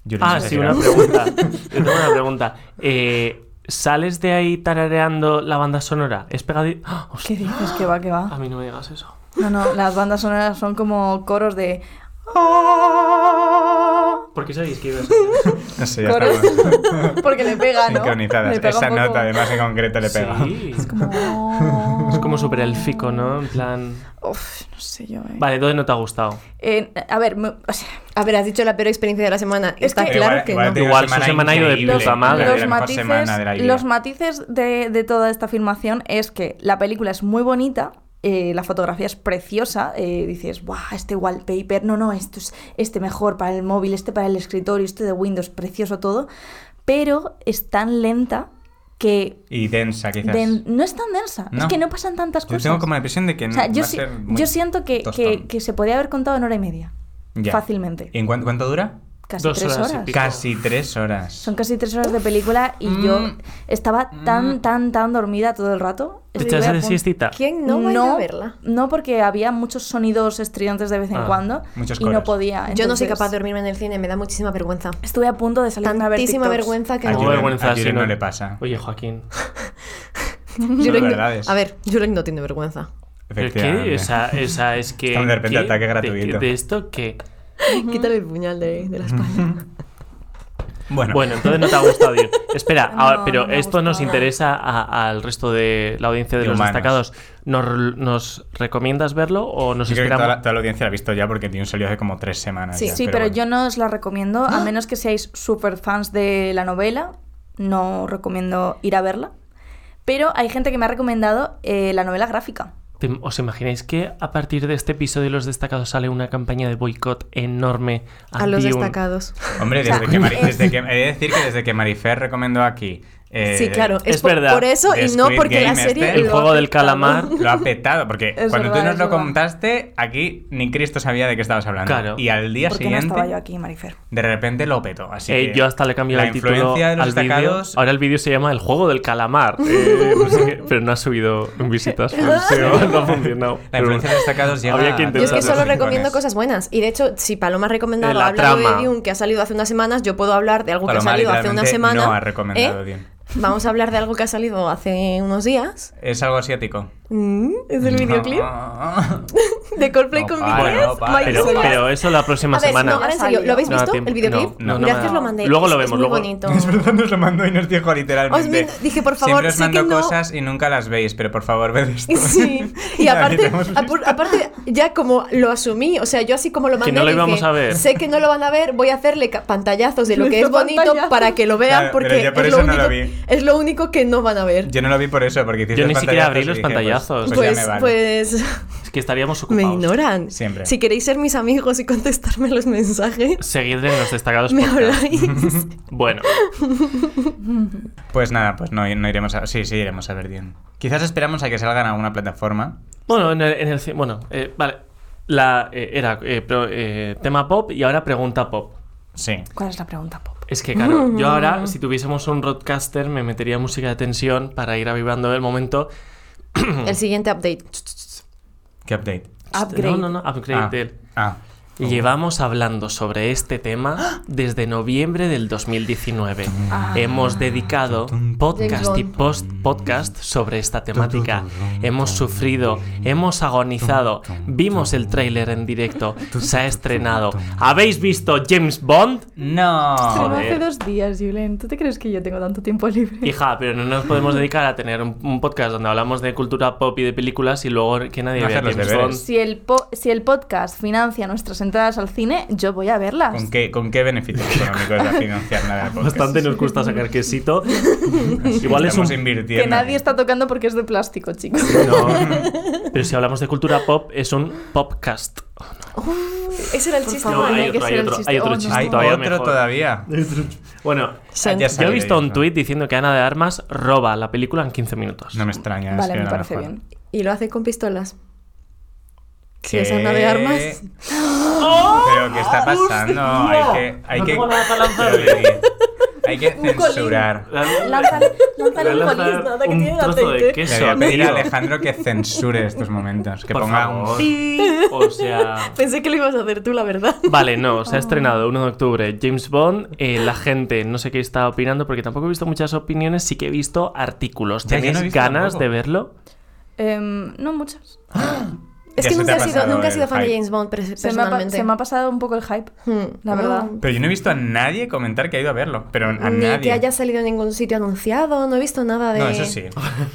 [SPEAKER 1] Yo no
[SPEAKER 2] Ah,
[SPEAKER 1] sé
[SPEAKER 2] sí,
[SPEAKER 1] si
[SPEAKER 2] una
[SPEAKER 1] era-
[SPEAKER 2] pregunta. Yo tengo una pregunta. Eh, ¿Sales de ahí tarareando la banda sonora? ¿Es ¡Ah! pegadito?
[SPEAKER 4] ¿Qué dices? Que va, que
[SPEAKER 2] A
[SPEAKER 4] va.
[SPEAKER 2] mí no me digas eso.
[SPEAKER 4] No, no, las bandas sonoras son como coros de.
[SPEAKER 2] ¿Por qué sabéis que iba a
[SPEAKER 1] No sé, ya
[SPEAKER 4] Coros.
[SPEAKER 1] estamos
[SPEAKER 4] Porque le pega, ¿no?
[SPEAKER 1] sincronizadas.
[SPEAKER 4] Le pega
[SPEAKER 1] Esa
[SPEAKER 4] un poco-
[SPEAKER 1] nota, además, en concreto le pega.
[SPEAKER 2] Sí.
[SPEAKER 4] Es como.
[SPEAKER 2] Es como súper elfico, ¿no? En plan...
[SPEAKER 4] Uf, no sé yo, eh.
[SPEAKER 2] Vale, ¿dónde no te ha gustado?
[SPEAKER 4] Eh, a ver, me- o sea,
[SPEAKER 3] A ver, has dicho la peor experiencia de la semana.
[SPEAKER 4] Es
[SPEAKER 3] Está
[SPEAKER 4] que-
[SPEAKER 1] Pero
[SPEAKER 3] claro
[SPEAKER 1] igual-
[SPEAKER 3] que
[SPEAKER 1] igual
[SPEAKER 3] no.
[SPEAKER 1] ha tenido
[SPEAKER 2] Igual
[SPEAKER 1] una
[SPEAKER 2] su
[SPEAKER 1] semana
[SPEAKER 2] semana ha ido de
[SPEAKER 1] increíble,
[SPEAKER 2] puta madre.
[SPEAKER 1] la
[SPEAKER 4] los
[SPEAKER 1] mejor
[SPEAKER 4] matices,
[SPEAKER 1] semana de la vida.
[SPEAKER 4] los matices de, de toda esta filmación es que la película es muy bonita. eh, la fotografía es preciosa, eh, dices, ¡buah! Este wallpaper, no, no, esto es este mejor para el móvil, este para el escritorio, este de Windows, precioso todo, pero es tan lenta que
[SPEAKER 1] Y densa, quizás.
[SPEAKER 4] den- no es tan densa, es
[SPEAKER 1] No.
[SPEAKER 4] que no pasan tantas
[SPEAKER 1] Yo
[SPEAKER 4] cosas.
[SPEAKER 1] tengo como la impresión de que
[SPEAKER 4] O sea,
[SPEAKER 1] no-
[SPEAKER 4] yo,
[SPEAKER 1] va a
[SPEAKER 4] si-
[SPEAKER 1] ser muy
[SPEAKER 4] yo siento que, que,
[SPEAKER 1] tostón.
[SPEAKER 4] que se podía haber contado en hora y media,
[SPEAKER 1] Ya. Eh,
[SPEAKER 4] fácilmente,
[SPEAKER 1] ¿En cuánto, cuánto dura?
[SPEAKER 4] casi
[SPEAKER 2] Dos
[SPEAKER 4] tres
[SPEAKER 2] horas y
[SPEAKER 4] horas.
[SPEAKER 2] pico.
[SPEAKER 1] Casi tres horas.
[SPEAKER 4] Son casi tres horas de película y
[SPEAKER 1] Mm.
[SPEAKER 4] yo estaba
[SPEAKER 1] Mm.
[SPEAKER 4] tan, tan, tan dormida todo el rato.
[SPEAKER 2] ¿Te
[SPEAKER 4] Estuve
[SPEAKER 2] echaste
[SPEAKER 4] a
[SPEAKER 2] de
[SPEAKER 4] pun-
[SPEAKER 2] siestita?
[SPEAKER 3] ¿Quién no va a ir a verla?
[SPEAKER 4] No, porque había muchos sonidos estridentes de vez en
[SPEAKER 2] Ah,
[SPEAKER 4] cuando
[SPEAKER 1] muchos
[SPEAKER 4] y no
[SPEAKER 1] coros.
[SPEAKER 4] podía.
[SPEAKER 3] Yo no soy
[SPEAKER 4] entonces
[SPEAKER 3] capaz de dormirme en el cine, me da muchísima vergüenza.
[SPEAKER 4] Estuve a punto de salir a ver
[SPEAKER 3] Tantísima
[SPEAKER 4] TikToks.
[SPEAKER 3] vergüenza que
[SPEAKER 1] Ay,
[SPEAKER 2] Como
[SPEAKER 1] Julen-
[SPEAKER 2] vergüenza,
[SPEAKER 1] a Julen
[SPEAKER 2] si
[SPEAKER 1] no le pasa.
[SPEAKER 2] Oye, Joaquín.
[SPEAKER 3] Jurek no-
[SPEAKER 1] verdades.
[SPEAKER 3] A ver, Jurek no tiene vergüenza.
[SPEAKER 2] ¿Pero
[SPEAKER 1] Efectivamente.
[SPEAKER 2] qué? Esa, esa es que...
[SPEAKER 1] Estamos de repente
[SPEAKER 2] ¿qué?
[SPEAKER 1] ataque
[SPEAKER 2] ¿De-
[SPEAKER 1] gratuito.
[SPEAKER 2] ¿De, esto qué?
[SPEAKER 3] Quítale el puñal de, de la espalda.
[SPEAKER 1] Bueno,
[SPEAKER 2] Bueno, entonces no te ha gustado ir. Espera,
[SPEAKER 4] No,
[SPEAKER 2] ahora- pero
[SPEAKER 4] no me ha
[SPEAKER 2] esto nos
[SPEAKER 4] gustado.
[SPEAKER 2] interesa a- al resto de la audiencia de
[SPEAKER 1] De
[SPEAKER 2] los
[SPEAKER 1] humanos.
[SPEAKER 2] destacados. ¿Nos, nos recomiendas verlo o nos
[SPEAKER 1] yo creo que toda
[SPEAKER 2] esperamos?
[SPEAKER 1] la, toda la audiencia la ha visto ya porque tiene un salido hace como tres semanas.
[SPEAKER 3] Sí.
[SPEAKER 1] ya,
[SPEAKER 4] Sí, pero,
[SPEAKER 1] bueno.
[SPEAKER 4] yo no os la recomiendo,
[SPEAKER 3] Ah.
[SPEAKER 4] a menos que seáis super fans de la novela. No recomiendo ir a verla. Pero hay gente que me ha recomendado eh, la novela gráfica.
[SPEAKER 2] ¿Te- ¿Os imagináis que a partir de este episodio de los destacados sale una campaña de boicot enorme
[SPEAKER 3] A los
[SPEAKER 2] Dune?
[SPEAKER 3] destacados.
[SPEAKER 1] Hombre, desde que, Mari- desde que- he de decir que desde que Marifer recomendó aquí. eh,
[SPEAKER 3] sí, claro. Es,
[SPEAKER 2] es
[SPEAKER 3] por,
[SPEAKER 2] verdad.
[SPEAKER 3] por eso
[SPEAKER 1] The
[SPEAKER 3] y no
[SPEAKER 1] Squid
[SPEAKER 3] porque la
[SPEAKER 1] Game
[SPEAKER 3] serie.
[SPEAKER 1] este.
[SPEAKER 2] El
[SPEAKER 3] lo ha
[SPEAKER 2] juego del
[SPEAKER 3] afectado.
[SPEAKER 2] calamar.
[SPEAKER 1] Lo ha petado, porque
[SPEAKER 4] Es
[SPEAKER 1] cuando tú
[SPEAKER 4] verdad,
[SPEAKER 1] nos
[SPEAKER 4] es
[SPEAKER 1] lo
[SPEAKER 4] verdad.
[SPEAKER 1] contaste, aquí ni Cristo sabía de qué estabas hablando.
[SPEAKER 2] Claro.
[SPEAKER 1] Y al día
[SPEAKER 4] ¿Por qué no
[SPEAKER 1] siguiente,
[SPEAKER 4] estaba yo aquí, Marifer?
[SPEAKER 1] de repente lo petó. Así
[SPEAKER 2] Eh,
[SPEAKER 1] que
[SPEAKER 2] yo hasta le he cambiado
[SPEAKER 1] la
[SPEAKER 2] el título
[SPEAKER 1] influencia de los
[SPEAKER 2] al vídeo.
[SPEAKER 1] destacados.
[SPEAKER 2] Ahora el vídeo se llama El juego del calamar. Eh, no sé qué, pero no ha subido en visitas. pero no ha funcionado.
[SPEAKER 1] La
[SPEAKER 2] Pero bueno.
[SPEAKER 1] influencia de los destacados llega
[SPEAKER 2] Había que
[SPEAKER 1] a
[SPEAKER 2] intentar.
[SPEAKER 3] Yo es que
[SPEAKER 1] todos
[SPEAKER 3] solo
[SPEAKER 1] los
[SPEAKER 3] recomiendo
[SPEAKER 1] rincones.
[SPEAKER 3] cosas buenas. Y de hecho, si Paloma ha recomendado
[SPEAKER 2] La
[SPEAKER 3] ha hablado
[SPEAKER 2] trama.
[SPEAKER 3] de Dune que ha salido hace unas semanas, yo puedo hablar de algo que
[SPEAKER 1] Paloma
[SPEAKER 3] ha salido hace una
[SPEAKER 1] literalmente
[SPEAKER 3] semana.
[SPEAKER 1] no ha recomendado
[SPEAKER 3] ¿Eh?
[SPEAKER 1] Dune.
[SPEAKER 3] Vamos a hablar de algo que ha salido hace unos días.
[SPEAKER 1] Es algo asiático.
[SPEAKER 3] Mm, Es el videoclip
[SPEAKER 1] No.
[SPEAKER 3] de Coldplay
[SPEAKER 1] ah, No,
[SPEAKER 3] con
[SPEAKER 1] para,
[SPEAKER 3] BTS.
[SPEAKER 1] no, para.
[SPEAKER 3] My
[SPEAKER 2] Pero,
[SPEAKER 3] Sweet.
[SPEAKER 2] pero eso la próxima
[SPEAKER 3] a ver,
[SPEAKER 2] semana.
[SPEAKER 3] no, ahora en serio, ¿lo habéis
[SPEAKER 2] No da
[SPEAKER 3] visto?
[SPEAKER 2] tiempo.
[SPEAKER 3] ¿El videoclip?
[SPEAKER 2] No, no, no me
[SPEAKER 3] Gracias,
[SPEAKER 2] da-
[SPEAKER 3] lo mandé.
[SPEAKER 2] Luego lo
[SPEAKER 3] Es-
[SPEAKER 2] vemos,
[SPEAKER 3] es muy
[SPEAKER 2] luego-
[SPEAKER 3] bonito.
[SPEAKER 1] Es verdad, nos lo mandó y nos dijo literalmente.
[SPEAKER 3] Os min- dije, por favor,
[SPEAKER 1] Siempre os
[SPEAKER 3] sé
[SPEAKER 1] mando
[SPEAKER 3] que no".
[SPEAKER 1] cosas y nunca las veis, pero por favor, ved esto.
[SPEAKER 3] Sí, y
[SPEAKER 1] Ya
[SPEAKER 3] aparte,
[SPEAKER 1] habíamos visto.
[SPEAKER 3] apur- aparte, ya como lo asumí, o sea, yo así como lo
[SPEAKER 2] Que
[SPEAKER 3] mandé.
[SPEAKER 2] no lo
[SPEAKER 3] dije,
[SPEAKER 2] íbamos a ver.
[SPEAKER 3] Sé que no lo van a ver, voy a hacerle ca- pantallazos de lo que
[SPEAKER 4] Hizo
[SPEAKER 3] es bonito
[SPEAKER 4] pantallazos.
[SPEAKER 3] para que lo vean,
[SPEAKER 1] Claro, pero
[SPEAKER 3] porque
[SPEAKER 1] yo por
[SPEAKER 3] es, lo
[SPEAKER 1] eso no
[SPEAKER 3] único,
[SPEAKER 1] lo vi.
[SPEAKER 3] es lo único que no van a ver.
[SPEAKER 1] Yo no lo vi por eso, porque hiciste
[SPEAKER 2] Yo ni siquiera abrí
[SPEAKER 1] y
[SPEAKER 2] los
[SPEAKER 1] dije, pues-
[SPEAKER 2] pantallazos.
[SPEAKER 1] Pues, ya
[SPEAKER 3] pues,
[SPEAKER 1] me vale.
[SPEAKER 3] pues,
[SPEAKER 2] Es que estaríamos
[SPEAKER 3] me
[SPEAKER 2] ocupados.
[SPEAKER 3] ignoran.
[SPEAKER 1] Siempre.
[SPEAKER 3] Si queréis ser mis amigos y contestarme los mensajes,
[SPEAKER 2] Seguidle en los destacados
[SPEAKER 3] me
[SPEAKER 2] podcast.
[SPEAKER 3] habláis.
[SPEAKER 2] Bueno,
[SPEAKER 1] Pues nada, pues no, no iremos a... Sí, sí, iremos a ver bien. Quizás esperamos a que salgan a alguna plataforma.
[SPEAKER 2] bueno, en el, en el ci- bueno, eh, vale. La, eh, era eh, pro- eh, tema pop y ahora pregunta pop.
[SPEAKER 1] Sí.
[SPEAKER 4] ¿Cuál es la pregunta, Pop?
[SPEAKER 2] Es que claro, yo ahora, si tuviésemos un roadcaster, me metería música de tensión para ir avivando el momento.
[SPEAKER 3] El siguiente update.
[SPEAKER 1] ¿Qué update?
[SPEAKER 4] Upgrade.
[SPEAKER 2] No, no, no, upgrade
[SPEAKER 1] Ah,
[SPEAKER 2] del-
[SPEAKER 1] ah.
[SPEAKER 2] Llevamos hablando sobre este tema desde noviembre del 2019. Hemos dedicado podcast y
[SPEAKER 3] Ah. James Bond.
[SPEAKER 2] post podcast sobre esta temática. Hemos sufrido, hemos agonizado, vimos el tráiler en directo, se ha estrenado. ¿Habéis visto James Bond?
[SPEAKER 1] No.
[SPEAKER 2] Joder.
[SPEAKER 4] Hace dos días, Julen. ¿Tú te crees que yo tengo tanto tiempo libre?
[SPEAKER 2] Hija, pero no nos podemos dedicar a tener un, un podcast donde hablamos de cultura pop y de películas y luego que nadie
[SPEAKER 1] No
[SPEAKER 2] vea
[SPEAKER 1] hacer los
[SPEAKER 2] James
[SPEAKER 1] deberes.
[SPEAKER 2] Bond.
[SPEAKER 4] Si el, po- si el podcast financia nuestras entradas al cine, yo voy a verlas.
[SPEAKER 1] ¿Con qué, ¿Con qué beneficios económicos va a financiar nada del podcast?
[SPEAKER 2] Bastante nos gusta sacar quesito. Igual es
[SPEAKER 1] Estamos
[SPEAKER 2] un
[SPEAKER 1] invirtiendo.
[SPEAKER 4] Que nadie está tocando porque es de plástico, chicos.
[SPEAKER 2] No. Pero si hablamos de cultura pop, es un popcast.
[SPEAKER 3] Ese era el chiste.
[SPEAKER 2] favor.
[SPEAKER 3] mal,
[SPEAKER 2] hay
[SPEAKER 3] ¿eh?
[SPEAKER 2] otro,
[SPEAKER 3] Que
[SPEAKER 2] hay
[SPEAKER 3] ese era el
[SPEAKER 2] otro,
[SPEAKER 3] chiste.
[SPEAKER 2] hay
[SPEAKER 3] Oh,
[SPEAKER 2] otro
[SPEAKER 3] no.
[SPEAKER 2] chiste.
[SPEAKER 1] Hay
[SPEAKER 2] Todavía
[SPEAKER 1] otro
[SPEAKER 2] mejor.
[SPEAKER 1] todavía.
[SPEAKER 2] Bueno,
[SPEAKER 3] Santa.
[SPEAKER 1] Ya
[SPEAKER 2] yo he
[SPEAKER 1] salió
[SPEAKER 2] visto un
[SPEAKER 1] eso.
[SPEAKER 2] tuit diciendo que Ana de Armas roba la película en 15 minutos.
[SPEAKER 1] No me extraña. es
[SPEAKER 4] vale,
[SPEAKER 1] que
[SPEAKER 4] me
[SPEAKER 1] era
[SPEAKER 4] parece
[SPEAKER 1] mejor.
[SPEAKER 4] bien.
[SPEAKER 3] Y lo hace con pistolas. Si
[SPEAKER 1] ¿Qué?
[SPEAKER 3] es Ana de Armas.
[SPEAKER 1] ¿Pero qué está pasando? Hay que... Hay
[SPEAKER 2] ¡Oh! No
[SPEAKER 1] que
[SPEAKER 2] tengo nada para lanzarle.
[SPEAKER 1] Pero, Lili, Hay que
[SPEAKER 3] Un colín.
[SPEAKER 1] censurar.
[SPEAKER 4] Lánzale, lánzale
[SPEAKER 2] Le
[SPEAKER 4] un
[SPEAKER 2] lanza
[SPEAKER 4] colín.
[SPEAKER 3] nada, que
[SPEAKER 2] un
[SPEAKER 3] tiene
[SPEAKER 2] trozo de
[SPEAKER 3] aceite.
[SPEAKER 1] Le
[SPEAKER 2] queso.
[SPEAKER 1] voy a pedir a
[SPEAKER 2] tío.
[SPEAKER 1] Alejandro que censure estos momentos. Que
[SPEAKER 2] Por
[SPEAKER 1] ponga
[SPEAKER 2] favor.
[SPEAKER 1] un
[SPEAKER 2] O sea.
[SPEAKER 3] Pensé que lo ibas a hacer tú, la verdad.
[SPEAKER 2] Vale, no, se ha estrenado 1 de octubre James Bond. eh, la gente no sé qué está opinando porque tampoco he visto muchas opiniones, sí que he visto artículos.
[SPEAKER 1] Ya, yo no he
[SPEAKER 2] ¿Tenéis
[SPEAKER 1] visto
[SPEAKER 2] ganas
[SPEAKER 1] tampoco.
[SPEAKER 2] de verlo?
[SPEAKER 4] Em, no muchas.
[SPEAKER 3] Es
[SPEAKER 1] Ya
[SPEAKER 3] que
[SPEAKER 1] se te
[SPEAKER 3] nunca
[SPEAKER 1] ha
[SPEAKER 3] he sido,
[SPEAKER 1] pasado
[SPEAKER 3] nunca he
[SPEAKER 1] el
[SPEAKER 3] sido fan de
[SPEAKER 1] hype.
[SPEAKER 3] James Bond, pers-
[SPEAKER 4] Se me, ha, pa-
[SPEAKER 3] personalmente.
[SPEAKER 4] se me ha pasado un poco el hype.
[SPEAKER 3] Hmm,
[SPEAKER 4] la verdad.
[SPEAKER 3] no.
[SPEAKER 1] Pero yo no he visto a nadie comentar que ha ido a verlo. Pero a
[SPEAKER 3] Ni
[SPEAKER 1] nadie.
[SPEAKER 3] que haya salido en ningún sitio anunciado, no he visto nada de.
[SPEAKER 1] No, eso sí.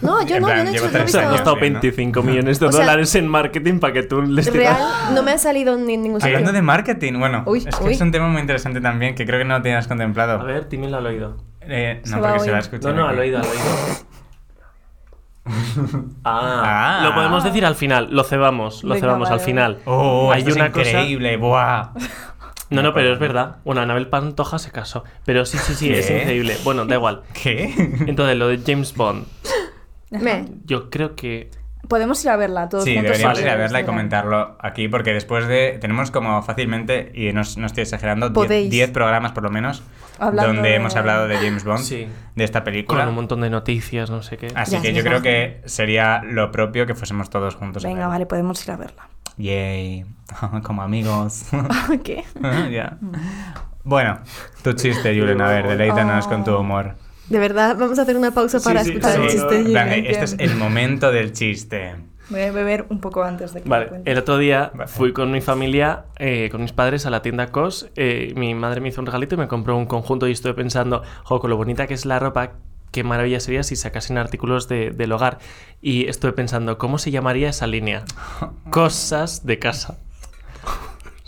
[SPEAKER 3] No, yo
[SPEAKER 1] En
[SPEAKER 3] no, yo
[SPEAKER 1] plan,
[SPEAKER 3] no he
[SPEAKER 1] llevo
[SPEAKER 3] hecho- no he
[SPEAKER 1] tres
[SPEAKER 2] Se han
[SPEAKER 1] años,
[SPEAKER 2] gastado
[SPEAKER 1] ¿no?
[SPEAKER 2] 25 millones de
[SPEAKER 3] O sea,
[SPEAKER 2] dólares en marketing para que tú les
[SPEAKER 3] Real,
[SPEAKER 2] digas-
[SPEAKER 3] no me ha salido ni en ningún sitio.
[SPEAKER 1] Este- Hablando de marketing, bueno,
[SPEAKER 3] Uy,
[SPEAKER 1] es que
[SPEAKER 3] uy.
[SPEAKER 1] es un tema muy interesante también que creo que no lo tenías
[SPEAKER 2] A
[SPEAKER 1] contemplado.
[SPEAKER 2] ver, Timmy lo al oído.
[SPEAKER 1] Eh,
[SPEAKER 4] Se
[SPEAKER 1] no,
[SPEAKER 4] va a
[SPEAKER 1] porque se
[SPEAKER 4] oír.
[SPEAKER 1] va a escuchar.
[SPEAKER 2] No, no,
[SPEAKER 1] aquí.
[SPEAKER 2] al oído, al oído. Ah,
[SPEAKER 1] Ah.
[SPEAKER 2] lo podemos decir al final, lo cebamos, lo
[SPEAKER 4] Venga,
[SPEAKER 2] cebamos al
[SPEAKER 4] vale.
[SPEAKER 2] final.
[SPEAKER 1] Oh,
[SPEAKER 2] Hay
[SPEAKER 1] esto es
[SPEAKER 2] una cosa-
[SPEAKER 1] increíble, buah.
[SPEAKER 2] No, no, pero es verdad. Bueno, Anabel Pantoja se casó, pero sí, sí, sí, es
[SPEAKER 1] ¿Qué?
[SPEAKER 2] increíble. Bueno, da igual.
[SPEAKER 1] ¿Qué?
[SPEAKER 2] Entonces, lo de James Bond,
[SPEAKER 3] Me.
[SPEAKER 2] yo creo que
[SPEAKER 4] Podemos ir a verla todos
[SPEAKER 1] Sí,
[SPEAKER 4] juntos.
[SPEAKER 1] deberíamos ir a
[SPEAKER 4] Vale.
[SPEAKER 1] verla y comentarlo aquí, porque después de. Tenemos como fácilmente, y no, no estoy exagerando,
[SPEAKER 3] Podéis.
[SPEAKER 1] 10 programas por lo menos,
[SPEAKER 4] Hablando
[SPEAKER 1] donde
[SPEAKER 4] de-
[SPEAKER 1] hemos hablado de James Bond,
[SPEAKER 2] Sí.
[SPEAKER 1] de esta
[SPEAKER 2] con
[SPEAKER 1] película.
[SPEAKER 2] un montón de noticias, no sé qué.
[SPEAKER 1] Así
[SPEAKER 3] Ya,
[SPEAKER 1] que
[SPEAKER 3] sí,
[SPEAKER 1] yo
[SPEAKER 3] es
[SPEAKER 1] creo
[SPEAKER 3] verdad.
[SPEAKER 1] que sería lo propio que fuésemos todos juntos. a
[SPEAKER 4] Venga,
[SPEAKER 1] verlo.
[SPEAKER 4] vale, podemos ir a verla.
[SPEAKER 1] Yay. Como amigos.
[SPEAKER 4] ¿Qué?
[SPEAKER 1] Ya. Bueno, tu chiste, Julen. A ver, deleítanos
[SPEAKER 4] Oh.
[SPEAKER 1] con tu humor.
[SPEAKER 3] De verdad, vamos a hacer una pausa
[SPEAKER 2] Sí,
[SPEAKER 3] para
[SPEAKER 2] sí,
[SPEAKER 3] escuchar el
[SPEAKER 2] sí.
[SPEAKER 3] chiste.
[SPEAKER 1] En
[SPEAKER 3] de
[SPEAKER 1] plan,
[SPEAKER 3] Julian.
[SPEAKER 1] Este es el momento del chiste.
[SPEAKER 4] Voy a beber un poco antes de que me
[SPEAKER 2] Vale,
[SPEAKER 4] cuentes.
[SPEAKER 2] el otro día
[SPEAKER 1] Vale.
[SPEAKER 2] fui con mi familia, eh, con mis padres a la tienda COS. eh, mi madre me hizo un regalito y me compró un conjunto y estuve pensando, jo, con lo bonita que es la ropa, qué maravilla sería si sacasen artículos de- del hogar. Y estuve pensando, ¿cómo se llamaría esa línea? Cosas de casa.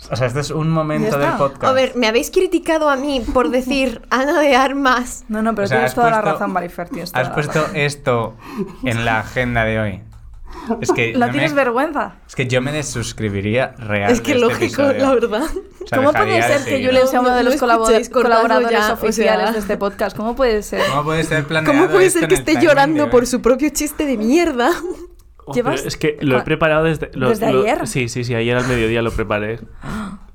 [SPEAKER 1] O sea, este es un momento
[SPEAKER 4] Ya
[SPEAKER 1] del
[SPEAKER 4] está.
[SPEAKER 1] podcast.
[SPEAKER 3] A ver, me habéis criticado a mí por decir Ana de Armas.
[SPEAKER 4] No, no, pero
[SPEAKER 1] O sea,
[SPEAKER 4] tienes
[SPEAKER 1] has
[SPEAKER 4] toda la
[SPEAKER 1] puesto-
[SPEAKER 4] razón, Marifer. Tienes toda
[SPEAKER 1] Has
[SPEAKER 4] la
[SPEAKER 1] puesto
[SPEAKER 4] razón.
[SPEAKER 1] esto en la agenda de hoy. Es que, no
[SPEAKER 4] ¿La
[SPEAKER 1] me-
[SPEAKER 4] tienes vergüenza?
[SPEAKER 1] es que yo me desuscribiría este realmente.
[SPEAKER 3] es que lógico, la verdad.
[SPEAKER 4] ¿Cómo puede ser que Julen sea uno
[SPEAKER 3] No,
[SPEAKER 4] de
[SPEAKER 3] no
[SPEAKER 4] los colabo-
[SPEAKER 3] escuchéis, cortadlo
[SPEAKER 4] colaboradores
[SPEAKER 3] ya, o
[SPEAKER 4] oficiales
[SPEAKER 3] sea.
[SPEAKER 4] de este podcast? ¿Cómo puede ser?
[SPEAKER 1] ¿Cómo puede ser planeado
[SPEAKER 3] ¿Cómo puede
[SPEAKER 1] esto
[SPEAKER 3] ser
[SPEAKER 1] en
[SPEAKER 3] que
[SPEAKER 1] el
[SPEAKER 3] esté
[SPEAKER 1] timing
[SPEAKER 3] llorando
[SPEAKER 1] de
[SPEAKER 3] por
[SPEAKER 1] hoy?
[SPEAKER 3] su propio chiste de mierda?
[SPEAKER 2] Oh,
[SPEAKER 4] ¿Llevas-
[SPEAKER 2] pero Es que lo he
[SPEAKER 4] cua-
[SPEAKER 2] preparado desde... lo-
[SPEAKER 4] desde
[SPEAKER 2] lo-
[SPEAKER 4] ayer?
[SPEAKER 2] Sí, sí, sí, ayer al mediodía lo preparé.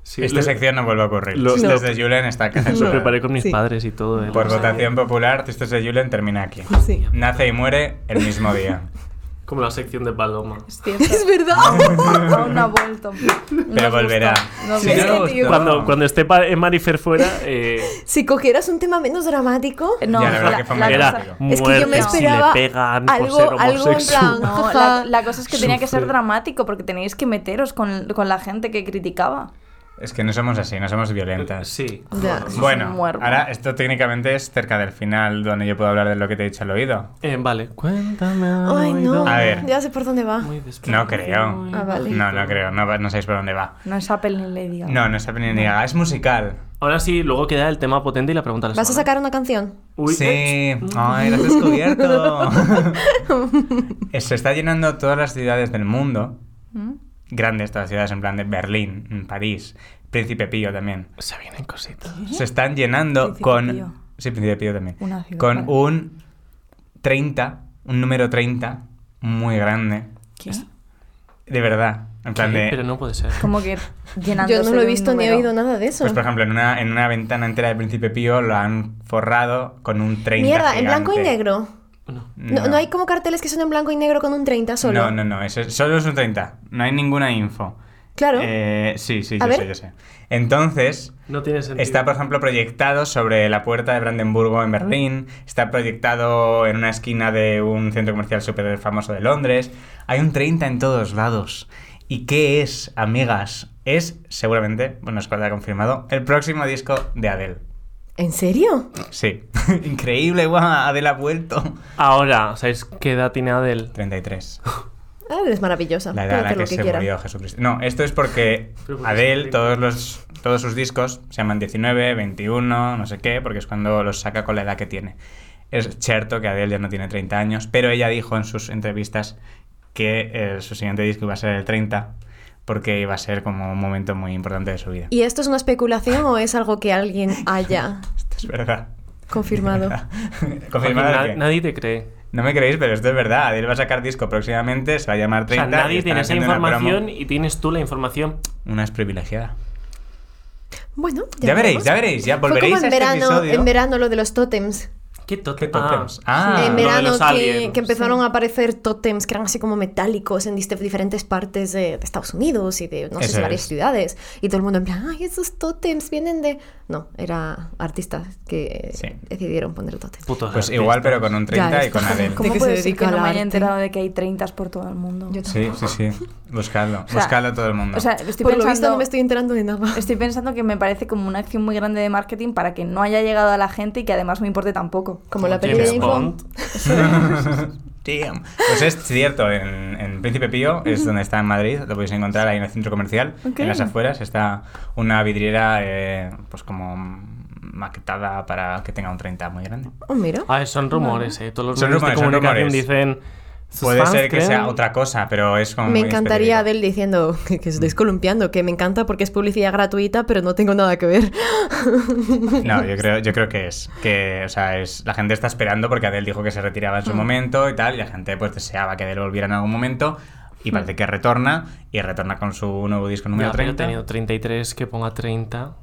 [SPEAKER 2] Sí,
[SPEAKER 1] Esta
[SPEAKER 2] lo,
[SPEAKER 1] sección no vuelve a ocurrir.
[SPEAKER 2] Lo-
[SPEAKER 1] Chistes
[SPEAKER 3] No.
[SPEAKER 1] de Julen está
[SPEAKER 2] lo
[SPEAKER 1] censurado.
[SPEAKER 2] preparé con mis
[SPEAKER 3] Sí.
[SPEAKER 2] padres y todo. eh,
[SPEAKER 1] Por
[SPEAKER 2] lo sé.
[SPEAKER 1] votación popular, Tristes de Julen termina aquí.
[SPEAKER 3] Sí.
[SPEAKER 1] Nace y muere el mismo día.
[SPEAKER 2] Como la sección de Paloma.
[SPEAKER 4] Es cierto.
[SPEAKER 3] Es verdad.
[SPEAKER 4] Aún no ha vuelto.
[SPEAKER 1] Pero volverá.
[SPEAKER 4] Nos
[SPEAKER 1] Sí,
[SPEAKER 4] gusta.
[SPEAKER 1] no
[SPEAKER 4] Es
[SPEAKER 1] nos
[SPEAKER 4] que, tío,
[SPEAKER 1] gusta.
[SPEAKER 2] Cuando, cuando esté pa- eh, Marifer fuera, eh,
[SPEAKER 3] si cogieras un tema menos dramático.
[SPEAKER 4] No,
[SPEAKER 1] Ya, la verdad
[SPEAKER 4] la-
[SPEAKER 1] que fue
[SPEAKER 4] la
[SPEAKER 1] muy
[SPEAKER 4] cosa-
[SPEAKER 1] dramático.
[SPEAKER 3] Es que yo me
[SPEAKER 2] muerte si le
[SPEAKER 3] esperaba
[SPEAKER 2] pegan por
[SPEAKER 3] algo,
[SPEAKER 2] ser
[SPEAKER 3] algo en
[SPEAKER 2] homosexual.
[SPEAKER 3] plan.
[SPEAKER 4] No,
[SPEAKER 3] jaja.
[SPEAKER 4] la, la cosa es que tenía que ser
[SPEAKER 2] Sufre.
[SPEAKER 4] dramático porque teníais que meteros con, con la gente que criticaba.
[SPEAKER 1] Es que no somos así, no somos violentas.
[SPEAKER 2] Sí.
[SPEAKER 3] Ya.
[SPEAKER 1] Bueno,
[SPEAKER 4] un muermo.
[SPEAKER 1] ahora esto técnicamente es cerca del final donde yo puedo hablar de lo que te he dicho al oído.
[SPEAKER 2] Eh, vale, cuéntame. al
[SPEAKER 3] Ay, no.
[SPEAKER 2] oído.
[SPEAKER 1] A ver.
[SPEAKER 3] Ya sé por dónde va.
[SPEAKER 2] Muy despacio,
[SPEAKER 1] No creo.
[SPEAKER 2] muy
[SPEAKER 3] Ah, vale.
[SPEAKER 1] No, no creo, no, va- no sabéis por dónde va.
[SPEAKER 4] No es Apple ni Lady Gaga.
[SPEAKER 1] No, no está ni nada. Es musical.
[SPEAKER 2] Ahora sí, luego queda el tema potente y la pregunta de la
[SPEAKER 3] ¿Vas a
[SPEAKER 2] semana.
[SPEAKER 3] sacar una canción?
[SPEAKER 2] Uy, eh,
[SPEAKER 1] sí. Ah. Ay, lo has descubierto. Se está llenando todas las ciudades del mundo.
[SPEAKER 4] ¿Mm?
[SPEAKER 1] Grandes todas las ciudades, en plan de Berlín, París, Príncipe Pío también.
[SPEAKER 2] mm, se vienen cositas.
[SPEAKER 3] ¿Eh?
[SPEAKER 1] Se están llenando
[SPEAKER 4] Príncipe
[SPEAKER 1] con.
[SPEAKER 4] Pío.
[SPEAKER 1] Sí, Príncipe Pío también.
[SPEAKER 4] Una ciudad,
[SPEAKER 1] con
[SPEAKER 4] vale.
[SPEAKER 1] un 30, un número 30, muy grande.
[SPEAKER 4] ¿Qué?
[SPEAKER 1] De verdad. En plan
[SPEAKER 2] Sí,
[SPEAKER 1] de.
[SPEAKER 2] Pero no puede ser.
[SPEAKER 4] Como que
[SPEAKER 3] Yo
[SPEAKER 4] llenándose
[SPEAKER 3] no lo
[SPEAKER 4] de
[SPEAKER 3] he
[SPEAKER 4] un
[SPEAKER 3] visto ni he
[SPEAKER 4] número.
[SPEAKER 3] oído nada de eso.
[SPEAKER 1] Pues por ejemplo, en una, en una ventana entera de Príncipe Pío lo han forrado con un 30.
[SPEAKER 3] Mierda, en blanco y
[SPEAKER 1] gigante.
[SPEAKER 3] negro.
[SPEAKER 2] No.
[SPEAKER 3] No, no hay como carteles que son en blanco y negro con un 30 solo.
[SPEAKER 1] No, no, no, eso es- solo es un 30. No hay ninguna info.
[SPEAKER 3] Claro.
[SPEAKER 1] Eh, sí, sí,
[SPEAKER 3] A
[SPEAKER 1] yo
[SPEAKER 3] ver.
[SPEAKER 1] sé, yo sé. Entonces,
[SPEAKER 2] No tiene sentido.
[SPEAKER 1] está por ejemplo proyectado sobre la puerta de Brandenburgo en Berlín, está proyectado en una esquina de un centro comercial súper famoso de Londres. Hay un 30 en todos lados. ¿Y qué es, amigas? Es seguramente, bueno, es cual ha confirmado, el próximo disco de Adele.
[SPEAKER 3] ¿En serio?
[SPEAKER 1] Sí, increíble, guau, Adele ha vuelto.
[SPEAKER 2] Ahora, ¿sabéis qué edad tiene Adel?
[SPEAKER 1] 33.
[SPEAKER 3] Ah, eres maravillosa.
[SPEAKER 1] La
[SPEAKER 3] Puede
[SPEAKER 1] edad a la
[SPEAKER 3] hacer
[SPEAKER 1] que,
[SPEAKER 3] lo que
[SPEAKER 1] se
[SPEAKER 3] quiera.
[SPEAKER 1] murió Jesucristo. No, esto es porque
[SPEAKER 2] Pero porque
[SPEAKER 1] Adele,
[SPEAKER 2] se-
[SPEAKER 1] todos, los, todos sus discos se llaman 19, 21, no sé qué, porque es cuando los saca con la edad que tiene. Es cierto que Adele ya no tiene 30 años, pero ella dijo en sus entrevistas que eh, su siguiente disco iba a ser el 30, porque iba a ser como un momento muy importante de su vida.
[SPEAKER 3] ¿Y esto es una especulación o es algo que alguien haya
[SPEAKER 1] Esto es verdad.
[SPEAKER 3] confirmado?
[SPEAKER 1] Confirmado
[SPEAKER 2] Joaquín,
[SPEAKER 1] que-
[SPEAKER 2] na- Nadie te cree.
[SPEAKER 1] No me creéis, pero esto es verdad. Adele va a sacar disco próximamente, se va a llamar
[SPEAKER 2] O sea,
[SPEAKER 1] 30. y
[SPEAKER 2] nadie
[SPEAKER 1] están
[SPEAKER 2] tiene esa
[SPEAKER 1] haciendo una promo.
[SPEAKER 2] información y tienes tú la información.
[SPEAKER 1] Una es privilegiada.
[SPEAKER 3] Bueno,
[SPEAKER 1] Ya, veréis, ya veréis, ya
[SPEAKER 3] Fue
[SPEAKER 1] volveréis
[SPEAKER 3] como en
[SPEAKER 1] a este
[SPEAKER 3] verano,
[SPEAKER 1] episodio.
[SPEAKER 3] en verano lo de los tótems.
[SPEAKER 2] ¿Qué tot-
[SPEAKER 1] ¿Qué
[SPEAKER 2] Ah,
[SPEAKER 1] tótems? Ah,
[SPEAKER 3] en
[SPEAKER 1] lo de
[SPEAKER 3] verano
[SPEAKER 5] los
[SPEAKER 3] que,
[SPEAKER 5] aliens,
[SPEAKER 3] que empezaron a aparecer tótems que eran así como metálicos en dist- diferentes partes de, de Estados Unidos y de, no sé,
[SPEAKER 1] Eso
[SPEAKER 3] si varias
[SPEAKER 1] es.
[SPEAKER 3] ciudades. Y todo el mundo en plan, ay, esos tótems vienen de... No, era artistas que
[SPEAKER 1] Sí.
[SPEAKER 3] decidieron poner tótems.
[SPEAKER 2] putos
[SPEAKER 1] Pues
[SPEAKER 2] artistas.
[SPEAKER 1] igual, pero con un 30
[SPEAKER 3] Ya,
[SPEAKER 1] y con
[SPEAKER 3] está.
[SPEAKER 1] Adel.
[SPEAKER 3] ¿Cómo
[SPEAKER 4] de que
[SPEAKER 3] puedes
[SPEAKER 4] se dedica,
[SPEAKER 3] dedicar
[SPEAKER 4] no me
[SPEAKER 3] al arte?
[SPEAKER 4] haya enterado de que hay 30 por todo el mundo.
[SPEAKER 3] Yo tampoco.
[SPEAKER 1] Sí, sí, sí. Buscadlo.
[SPEAKER 4] sea,
[SPEAKER 1] Buscadlo todo el mundo.
[SPEAKER 4] o sea, estoy
[SPEAKER 3] Por
[SPEAKER 4] pensando,
[SPEAKER 3] lo visto no me estoy enterando de nada.
[SPEAKER 4] estoy pensando que me parece como una acción muy grande de marketing para que no haya llegado a la gente y que además me importe tampoco.
[SPEAKER 3] Como la peli de
[SPEAKER 2] James
[SPEAKER 3] James
[SPEAKER 2] Bond.
[SPEAKER 3] Bond.
[SPEAKER 1] Damn. Pues es cierto, en, en Príncipe Pío es donde está en Madrid, lo podéis encontrar ahí en el centro comercial.
[SPEAKER 4] Ok.
[SPEAKER 1] En las afueras está una vidriera, eh, pues como maquetada para que tenga un 30 muy grande.
[SPEAKER 3] Oh, mira.
[SPEAKER 2] Ah, son rumores, eh. Todos los
[SPEAKER 1] Son
[SPEAKER 2] medios de
[SPEAKER 1] rumores, son
[SPEAKER 2] comunicación
[SPEAKER 1] rumores.
[SPEAKER 2] dicen. sus
[SPEAKER 1] Puede
[SPEAKER 2] fans
[SPEAKER 1] ser que
[SPEAKER 2] creen-
[SPEAKER 1] sea otra cosa, pero es como.
[SPEAKER 3] Me
[SPEAKER 1] muy Mm.
[SPEAKER 3] encantaría
[SPEAKER 1] específico.
[SPEAKER 3] Adele diciendo que, que estoy columpiando, que me encanta porque es publicidad gratuita, pero no tengo nada que ver.
[SPEAKER 1] No, yo creo, yo creo que es. Que, o sea, es, la gente está esperando porque Adele dijo que se retiraba
[SPEAKER 2] Mm.
[SPEAKER 1] en su momento y tal, y la gente pues deseaba que Adele volviera en algún momento. Y parece que retorna, y retorna con su nuevo disco número
[SPEAKER 2] Ya, Mm. pero he
[SPEAKER 1] 30.
[SPEAKER 2] tenido 33, que ponga 30.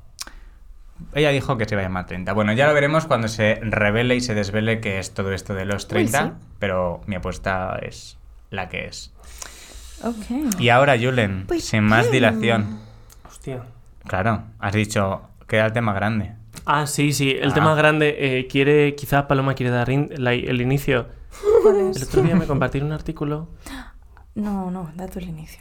[SPEAKER 1] Ella dijo que se iba a llamar 30. Bueno, ya lo veremos cuando se revele y se desvele que es todo esto de los 30,
[SPEAKER 3] sí.
[SPEAKER 1] pero mi apuesta es la que es.
[SPEAKER 4] Ok.
[SPEAKER 1] Y ahora, Julen,
[SPEAKER 3] Pues
[SPEAKER 1] sin más
[SPEAKER 3] bien.
[SPEAKER 1] dilación.
[SPEAKER 2] Hostia.
[SPEAKER 1] Claro, has dicho, queda el tema grande.
[SPEAKER 2] Ah, sí, sí. El
[SPEAKER 1] Ah.
[SPEAKER 2] tema grande. eh, quiere, quizá Paloma quiere dar in- la- el inicio.
[SPEAKER 4] ¿Cuál
[SPEAKER 2] El
[SPEAKER 4] es?
[SPEAKER 2] otro día me compartieron un artículo.
[SPEAKER 4] pues, No, no, da tú el inicio.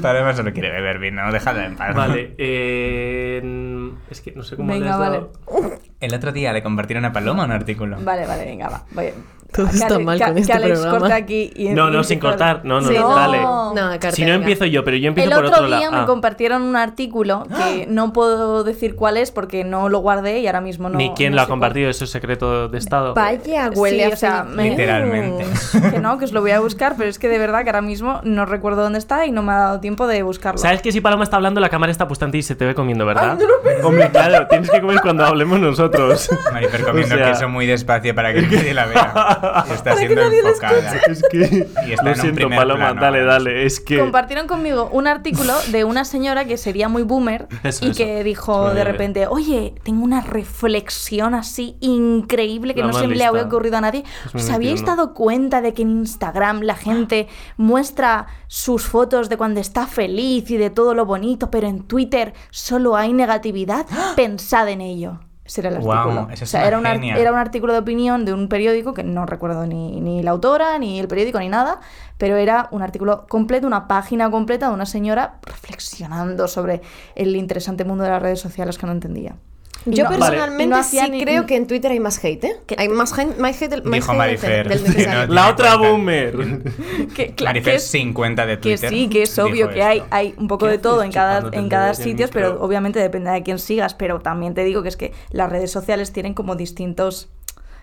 [SPEAKER 1] Paloma solo quiere beber vino, déjala en paz.
[SPEAKER 2] Vale. eh, en- es que no sé cómo le
[SPEAKER 4] Venga,
[SPEAKER 2] has
[SPEAKER 4] vale.
[SPEAKER 2] dado.
[SPEAKER 1] El otro día le compartieron a Paloma un artículo.
[SPEAKER 4] Vale, vale, venga, va. Voy.
[SPEAKER 3] Todo está
[SPEAKER 4] Que Ale-
[SPEAKER 3] mal
[SPEAKER 4] que-
[SPEAKER 3] con
[SPEAKER 4] que
[SPEAKER 3] este
[SPEAKER 4] Alex
[SPEAKER 3] programa.
[SPEAKER 4] corta aquí y-
[SPEAKER 2] No,
[SPEAKER 4] y
[SPEAKER 2] no, sin
[SPEAKER 4] empieza-
[SPEAKER 2] cortar. No, no,
[SPEAKER 4] Sí, no.
[SPEAKER 2] dale.
[SPEAKER 4] No,
[SPEAKER 3] Carter,
[SPEAKER 2] Si no
[SPEAKER 3] venga.
[SPEAKER 2] empiezo yo, pero yo empiezo
[SPEAKER 4] El
[SPEAKER 2] por
[SPEAKER 4] otro,
[SPEAKER 2] otro,
[SPEAKER 4] día
[SPEAKER 2] lado.
[SPEAKER 4] me
[SPEAKER 2] Ah.
[SPEAKER 4] compartieron un artículo que no puedo decir cuál es porque no lo guardé y ahora mismo no.
[SPEAKER 2] Ni quién
[SPEAKER 4] no
[SPEAKER 2] lo ha
[SPEAKER 4] sé cuál.
[SPEAKER 2] compartido, eso es secreto de Estado.
[SPEAKER 3] Vaya, huele
[SPEAKER 4] Sí,
[SPEAKER 3] a
[SPEAKER 4] o sea,
[SPEAKER 3] fil-
[SPEAKER 4] me-
[SPEAKER 1] Literalmente.
[SPEAKER 3] Uh.
[SPEAKER 4] Que no, que os lo voy a buscar, pero es que de verdad que ahora mismo no recuerdo dónde está y no me ha dado tiempo de buscarlo.
[SPEAKER 2] ¿Sabes que si Paloma está hablando, la cámara está apostante y se te ve comiendo, verdad? Hombre, claro, tienes que comer cuando hablemos nosotros.
[SPEAKER 1] Mariper comiendo
[SPEAKER 2] O sea,
[SPEAKER 1] queso muy despacio para que nadie la vea. Y está siendo enfocada.
[SPEAKER 2] Es que.
[SPEAKER 1] Y está en
[SPEAKER 2] Lo
[SPEAKER 1] un
[SPEAKER 2] siento,
[SPEAKER 1] primer
[SPEAKER 2] Paloma,
[SPEAKER 1] plano.
[SPEAKER 2] dale, dale. Es que.
[SPEAKER 4] Compartieron conmigo un artículo de una señora que sería muy boomer
[SPEAKER 2] Eso,
[SPEAKER 4] y
[SPEAKER 2] eso.
[SPEAKER 4] que
[SPEAKER 2] Eso
[SPEAKER 4] dijo
[SPEAKER 2] me
[SPEAKER 4] de
[SPEAKER 2] viene
[SPEAKER 4] repente, oye, tengo una reflexión así increíble que
[SPEAKER 2] La
[SPEAKER 4] no
[SPEAKER 2] más
[SPEAKER 4] se le había
[SPEAKER 2] lista.
[SPEAKER 4] ocurrido a nadie.
[SPEAKER 2] Es muy
[SPEAKER 4] ¿Os habíais
[SPEAKER 2] mentirosa.
[SPEAKER 4] dado cuenta de que en Instagram la gente muestra sus fotos de cuando está feliz y de todo lo bonito, pero en Twitter solo hay negatividad? Pensad en ello. Ese era el
[SPEAKER 1] Guau,
[SPEAKER 4] artículo.
[SPEAKER 1] esa es
[SPEAKER 4] O sea,
[SPEAKER 1] una
[SPEAKER 4] era, un ar-
[SPEAKER 1] genia.
[SPEAKER 4] era un artículo de opinión de un periódico que no recuerdo ni, ni la autora, ni el periódico, ni nada, pero era un artículo completo, una página completa de una señora reflexionando sobre el interesante mundo de las redes sociales que no entendía. Y
[SPEAKER 3] Yo
[SPEAKER 4] no-
[SPEAKER 3] personalmente
[SPEAKER 4] y no
[SPEAKER 3] sí
[SPEAKER 4] hacía ni-
[SPEAKER 3] creo que en Twitter hay más hate, ¿eh?
[SPEAKER 4] Que-
[SPEAKER 3] Hay más gen- más hate, del- más
[SPEAKER 1] Dijo
[SPEAKER 3] hate
[SPEAKER 1] Marifer.
[SPEAKER 3] del
[SPEAKER 1] que no
[SPEAKER 3] necesario.
[SPEAKER 1] tiene
[SPEAKER 2] La otra
[SPEAKER 1] cuenta.
[SPEAKER 2] boomer.
[SPEAKER 4] que, que-
[SPEAKER 1] Marifer
[SPEAKER 4] que-
[SPEAKER 1] 50 de
[SPEAKER 4] que
[SPEAKER 1] Twitter.
[SPEAKER 4] sí, que es
[SPEAKER 1] dijo
[SPEAKER 4] obvio que
[SPEAKER 1] esto.
[SPEAKER 4] hay, hay un poco
[SPEAKER 2] ¿Qué
[SPEAKER 4] de todo
[SPEAKER 2] haces
[SPEAKER 4] en cada,
[SPEAKER 2] chupándote
[SPEAKER 4] en
[SPEAKER 2] el
[SPEAKER 4] cada
[SPEAKER 2] dedo del
[SPEAKER 4] sitio, pero
[SPEAKER 2] micro?
[SPEAKER 4] obviamente depende de quién sigas, pero también te digo que es que las redes sociales tienen como distintos...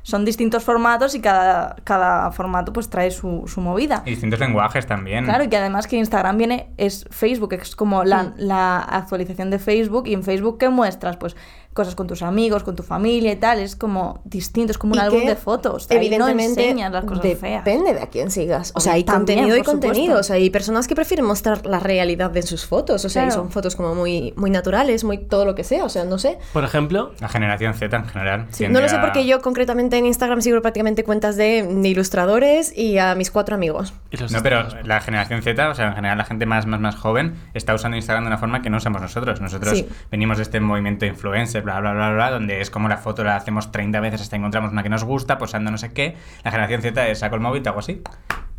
[SPEAKER 4] Son distintos formatos y cada, cada formato pues trae su, su movida.
[SPEAKER 1] Y distintos lenguajes también.
[SPEAKER 4] Claro, y que además que Instagram viene, es Facebook, es como la,
[SPEAKER 3] Mm.
[SPEAKER 4] la actualización de Facebook, y en Facebook ¿qué muestras? Pues cosas con tus amigos, con tu familia y tal, es como distinto, es como un
[SPEAKER 3] Y
[SPEAKER 4] álbum
[SPEAKER 3] que,
[SPEAKER 4] de fotos. Ahí no enseñas las cosas feas.
[SPEAKER 3] Depende de a quién sigas. O sea, hay
[SPEAKER 4] También,
[SPEAKER 3] contenido y
[SPEAKER 4] por supuesto.
[SPEAKER 3] contenido. O sea, hay personas que prefieren mostrar la realidad de sus fotos. O sea, y
[SPEAKER 4] Claro.
[SPEAKER 3] son fotos como muy, muy naturales, muy todo lo que sea. O sea, no sé.
[SPEAKER 2] Por ejemplo,
[SPEAKER 1] La generación Z en general. tiende
[SPEAKER 3] No lo sé
[SPEAKER 1] a-
[SPEAKER 3] porque yo concretamente en Instagram sigo prácticamente cuentas de ilustradores y a mis cuatro amigos.
[SPEAKER 2] y los
[SPEAKER 1] No, pero
[SPEAKER 2] estados.
[SPEAKER 1] la generación Z, o sea, en general la gente más, más, más joven, está usando Instagram de una forma que no usamos nosotros. Nosotros
[SPEAKER 3] Sí.
[SPEAKER 1] venimos de este movimiento influencer, bla, bla, bla, bla, donde es como la foto la hacemos 30 veces hasta encontramos una que nos gusta, posando no sé qué. La generación Z es saco el móvil, te hago así.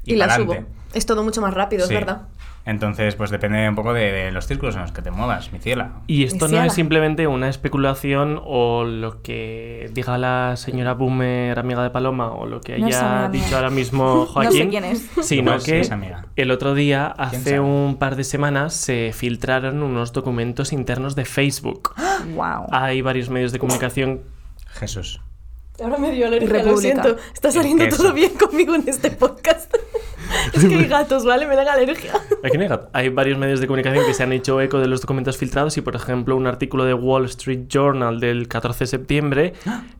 [SPEAKER 3] Y, la
[SPEAKER 1] pa'lante.
[SPEAKER 3] subo. Es todo mucho más rápido,
[SPEAKER 1] Sí.
[SPEAKER 3] es verdad.
[SPEAKER 1] Entonces, pues depende un poco de, de los círculos en los que te muevas, mi ciela.
[SPEAKER 2] Y esto no
[SPEAKER 3] Misiala.
[SPEAKER 2] es simplemente una especulación o lo que diga la señora Boomer, amiga de Paloma, o lo que
[SPEAKER 4] No es
[SPEAKER 2] haya
[SPEAKER 4] amiga mía.
[SPEAKER 2] dicho ahora mismo
[SPEAKER 4] sé
[SPEAKER 2] Joaquín.
[SPEAKER 4] quién es.
[SPEAKER 2] Sino
[SPEAKER 1] Pues,
[SPEAKER 2] que
[SPEAKER 1] es amiga.
[SPEAKER 2] el otro día,
[SPEAKER 1] ¿Quién
[SPEAKER 2] hace
[SPEAKER 1] sabe?
[SPEAKER 2] un par de semanas, se filtraron unos documentos internos de Facebook.
[SPEAKER 4] Wow.
[SPEAKER 1] Ah.
[SPEAKER 2] Hay varios medios de comunicación.
[SPEAKER 1] Jesús.
[SPEAKER 3] Ahora me dio alergia, lo
[SPEAKER 4] República.
[SPEAKER 3] siento. Está saliendo
[SPEAKER 1] queso.
[SPEAKER 3] todo bien conmigo en este podcast. es que hay gatos, ¿vale? Me dan alergia.
[SPEAKER 2] Hay que negar. Hay varios medios de comunicación que se han hecho eco de los documentos filtrados y, por ejemplo, un artículo de Wall Street Journal del 14 de septiembre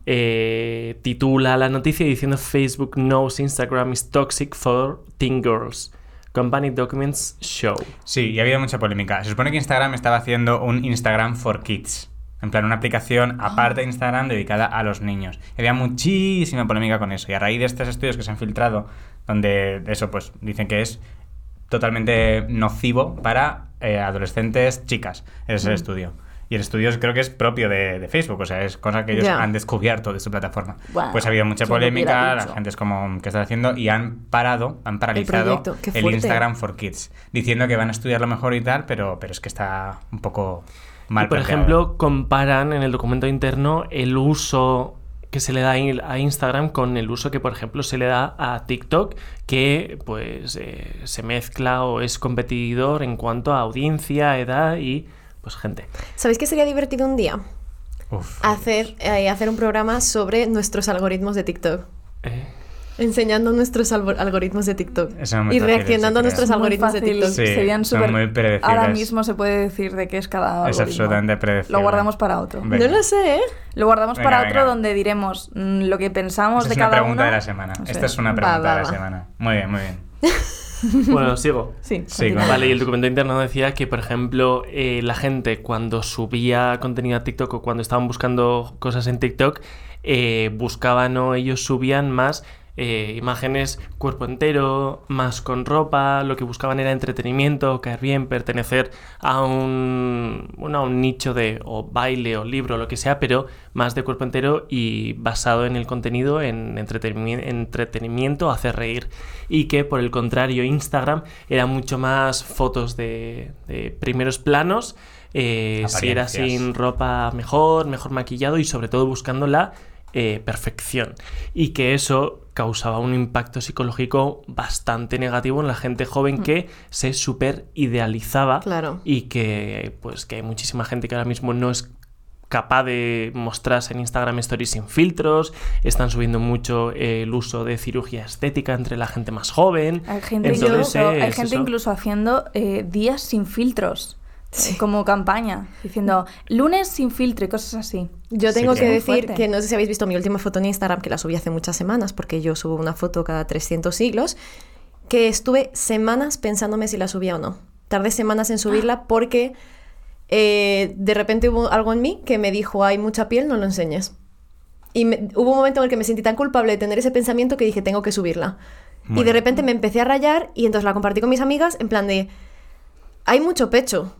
[SPEAKER 2] eh, titula la noticia diciendo Facebook knows Instagram is toxic for teen girls. Company Documents Show.
[SPEAKER 1] Sí, y ha habido mucha polémica. Se supone que Instagram estaba haciendo un Instagram for Kids. En plan, una aplicación aparte de Instagram dedicada a los niños. Y había muchísima polémica con eso. Y a raíz de estos estudios que se han filtrado, donde eso, pues dicen que es totalmente nocivo para eh, adolescentes chicas. Ese es el estudio. Y el estudio es- creo que es propio de, de Facebook, o sea, es cosa que ellos
[SPEAKER 3] Ya.
[SPEAKER 1] han descubierto de su plataforma.
[SPEAKER 4] Guau,
[SPEAKER 1] pues ha habido mucha
[SPEAKER 4] ¿quién lo hubiera
[SPEAKER 1] polémica, la
[SPEAKER 4] dicho?
[SPEAKER 1] gente es como, ¿qué están haciendo? Y han parado, han paralizado
[SPEAKER 3] proyecto, qué
[SPEAKER 1] el
[SPEAKER 3] fuerte.
[SPEAKER 1] Instagram for Kids, diciendo que van a estudiarlo mejor y tal, pero, pero es que está un poco mal
[SPEAKER 2] Y, por
[SPEAKER 1] planteado.
[SPEAKER 2] ejemplo, comparan en el documento interno el uso que se le da in- a Instagram con el uso que, por ejemplo, se le da a TikTok, que pues eh, se mezcla o es competidor en cuanto a audiencia, edad y pues gente.
[SPEAKER 3] ¿Sabéis qué sería divertido un día?
[SPEAKER 1] Uf.
[SPEAKER 3] Hacer, eh, hacer un programa sobre nuestros algoritmos de TikTok.
[SPEAKER 2] Eh,
[SPEAKER 3] Enseñando nuestros albo- algoritmos de TikTok.
[SPEAKER 1] Eso es muy
[SPEAKER 3] y
[SPEAKER 1] fácil,
[SPEAKER 3] reaccionando a
[SPEAKER 1] eso creo.
[SPEAKER 3] nuestros
[SPEAKER 4] Muy
[SPEAKER 3] algoritmos de
[SPEAKER 4] fácil.
[SPEAKER 3] TikTok.
[SPEAKER 1] Sí,
[SPEAKER 4] Serían
[SPEAKER 1] son
[SPEAKER 4] súper-
[SPEAKER 1] muy predecibles.
[SPEAKER 4] Ahora mismo se puede decir de qué es cada
[SPEAKER 1] Es
[SPEAKER 4] algoritmo.
[SPEAKER 1] absolutamente predecible.
[SPEAKER 4] Lo guardamos para otro.
[SPEAKER 1] Venga.
[SPEAKER 3] No lo sé, ¿eh?
[SPEAKER 4] Lo guardamos
[SPEAKER 1] Venga,
[SPEAKER 4] para otro
[SPEAKER 1] venga.
[SPEAKER 4] donde diremos mm, lo que pensamos
[SPEAKER 1] Esa
[SPEAKER 4] de
[SPEAKER 1] es una
[SPEAKER 4] cada
[SPEAKER 1] pregunta
[SPEAKER 4] uno.
[SPEAKER 1] de la semana.
[SPEAKER 4] No sé.
[SPEAKER 1] Esta es una
[SPEAKER 3] Va,
[SPEAKER 1] pregunta
[SPEAKER 3] va,
[SPEAKER 1] de la
[SPEAKER 3] va.
[SPEAKER 1] semana. Muy bien, muy bien.
[SPEAKER 2] Bueno, sigo.
[SPEAKER 4] Sí,
[SPEAKER 1] Sí,
[SPEAKER 4] continúa.
[SPEAKER 1] claro.
[SPEAKER 2] Vale, y el documento interno decía que, por ejemplo, eh, la gente cuando subía contenido a TikTok o cuando estaban buscando cosas en TikTok, eh, buscaban o ellos subían más eh, imágenes cuerpo entero, más con ropa, lo que buscaban era entretenimiento, caer bien, pertenecer a un, bueno, a un nicho de o baile o libro, lo que sea, pero más de cuerpo entero y basado en el contenido, en entretenimi- entretenimiento, hacer reír. Y que por el contrario, Instagram era mucho más fotos de, de primeros planos, eh, si era
[SPEAKER 1] Apariencias.
[SPEAKER 2] sin ropa mejor, mejor maquillado y sobre todo buscando la eh, perfección. Y que eso causaba un impacto psicológico bastante negativo en la gente joven que se super idealizaba
[SPEAKER 3] Claro.
[SPEAKER 2] y que pues que hay muchísima gente que ahora mismo no es capaz de mostrarse en Instagram Stories sin filtros, están subiendo mucho eh, el uso de cirugía estética entre la gente más joven.
[SPEAKER 4] Hay gente,
[SPEAKER 2] Entonces,
[SPEAKER 4] incluso,
[SPEAKER 2] eh,
[SPEAKER 4] hay
[SPEAKER 2] es
[SPEAKER 4] gente
[SPEAKER 2] eso.
[SPEAKER 4] incluso haciendo eh, días sin filtros.
[SPEAKER 3] Sí.
[SPEAKER 4] eh, Como campaña, diciendo lunes sin filtro y cosas así.
[SPEAKER 3] Yo
[SPEAKER 1] Sí,
[SPEAKER 3] tengo
[SPEAKER 1] pero-
[SPEAKER 3] que
[SPEAKER 4] Muy
[SPEAKER 3] decir
[SPEAKER 4] fuerte.
[SPEAKER 3] que no sé si habéis visto mi última foto en Instagram, que la subí hace muchas semanas, porque yo subo una foto cada 300 siglos, que estuve semanas pensándome si la subía o no. Tardé semanas en subirla porque eh, de repente hubo algo en mí que me dijo, hay mucha piel, no lo enseñes. Y me- hubo un momento en el que me sentí tan culpable de tener ese pensamiento que dije, tengo que subirla.
[SPEAKER 1] Muy
[SPEAKER 3] y de
[SPEAKER 1] bien.
[SPEAKER 3] repente me empecé a rayar y entonces la compartí con mis amigas en plan de, hay mucho pecho.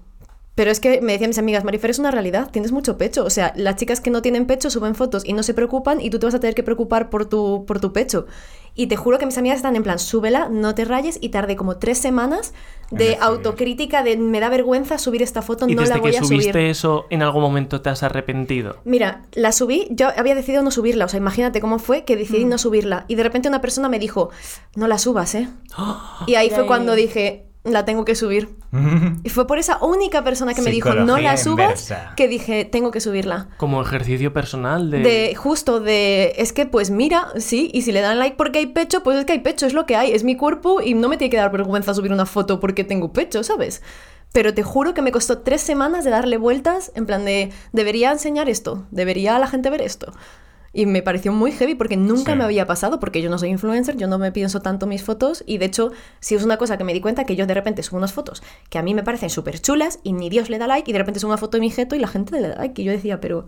[SPEAKER 3] Pero es que me decían mis amigas, Marifer, es una realidad, tienes mucho pecho. O sea, las chicas que no tienen pecho suben fotos y no se preocupan y tú te vas a tener que preocupar por tu, por tu pecho. Y te juro que mis amigas están en plan, súbela, no te rayes y tardé como tres semanas
[SPEAKER 1] En
[SPEAKER 3] de
[SPEAKER 1] decidir.
[SPEAKER 3] autocrítica, de me da vergüenza subir esta foto,
[SPEAKER 2] Y
[SPEAKER 3] no la
[SPEAKER 2] desde
[SPEAKER 3] voy
[SPEAKER 2] que
[SPEAKER 3] a
[SPEAKER 2] subiste
[SPEAKER 3] subir.
[SPEAKER 2] eso, en algún momento te has arrepentido.
[SPEAKER 3] Mira, la subí, yo había decidido no subirla, o sea, imagínate cómo fue que
[SPEAKER 2] Mm.
[SPEAKER 3] decidí no subirla. Y de repente una persona me dijo, no la subas, ¿eh? Y ahí
[SPEAKER 4] Ya,
[SPEAKER 3] fue
[SPEAKER 4] ya,
[SPEAKER 3] cuando
[SPEAKER 4] ya.
[SPEAKER 3] dije, la tengo que subir. Y fue por esa única persona que me dijo, no
[SPEAKER 1] Psicología
[SPEAKER 3] la subas,
[SPEAKER 1] inversa.
[SPEAKER 3] que dije, tengo que subirla.
[SPEAKER 2] Como ejercicio personal de...
[SPEAKER 3] De justo de, es que pues mira, sí, y si le dan like porque hay pecho, pues es que hay pecho, es lo que hay, es mi cuerpo y no me tiene que dar vergüenza subir una foto porque tengo pecho, ¿sabes? Pero te juro que me costó tres semanas de darle vueltas en plan de, debería enseñar esto, debería la gente ver esto. Y me pareció muy heavy porque nunca
[SPEAKER 1] Sí.
[SPEAKER 3] me había pasado, porque yo no soy influencer, yo no me pienso tanto mis fotos y de hecho, si es una cosa que me di cuenta, que yo de repente subo unas fotos que a mí me parecen súper chulas y ni Dios le da like y de repente subo una foto de mi jeto y la gente le da like y yo decía, pero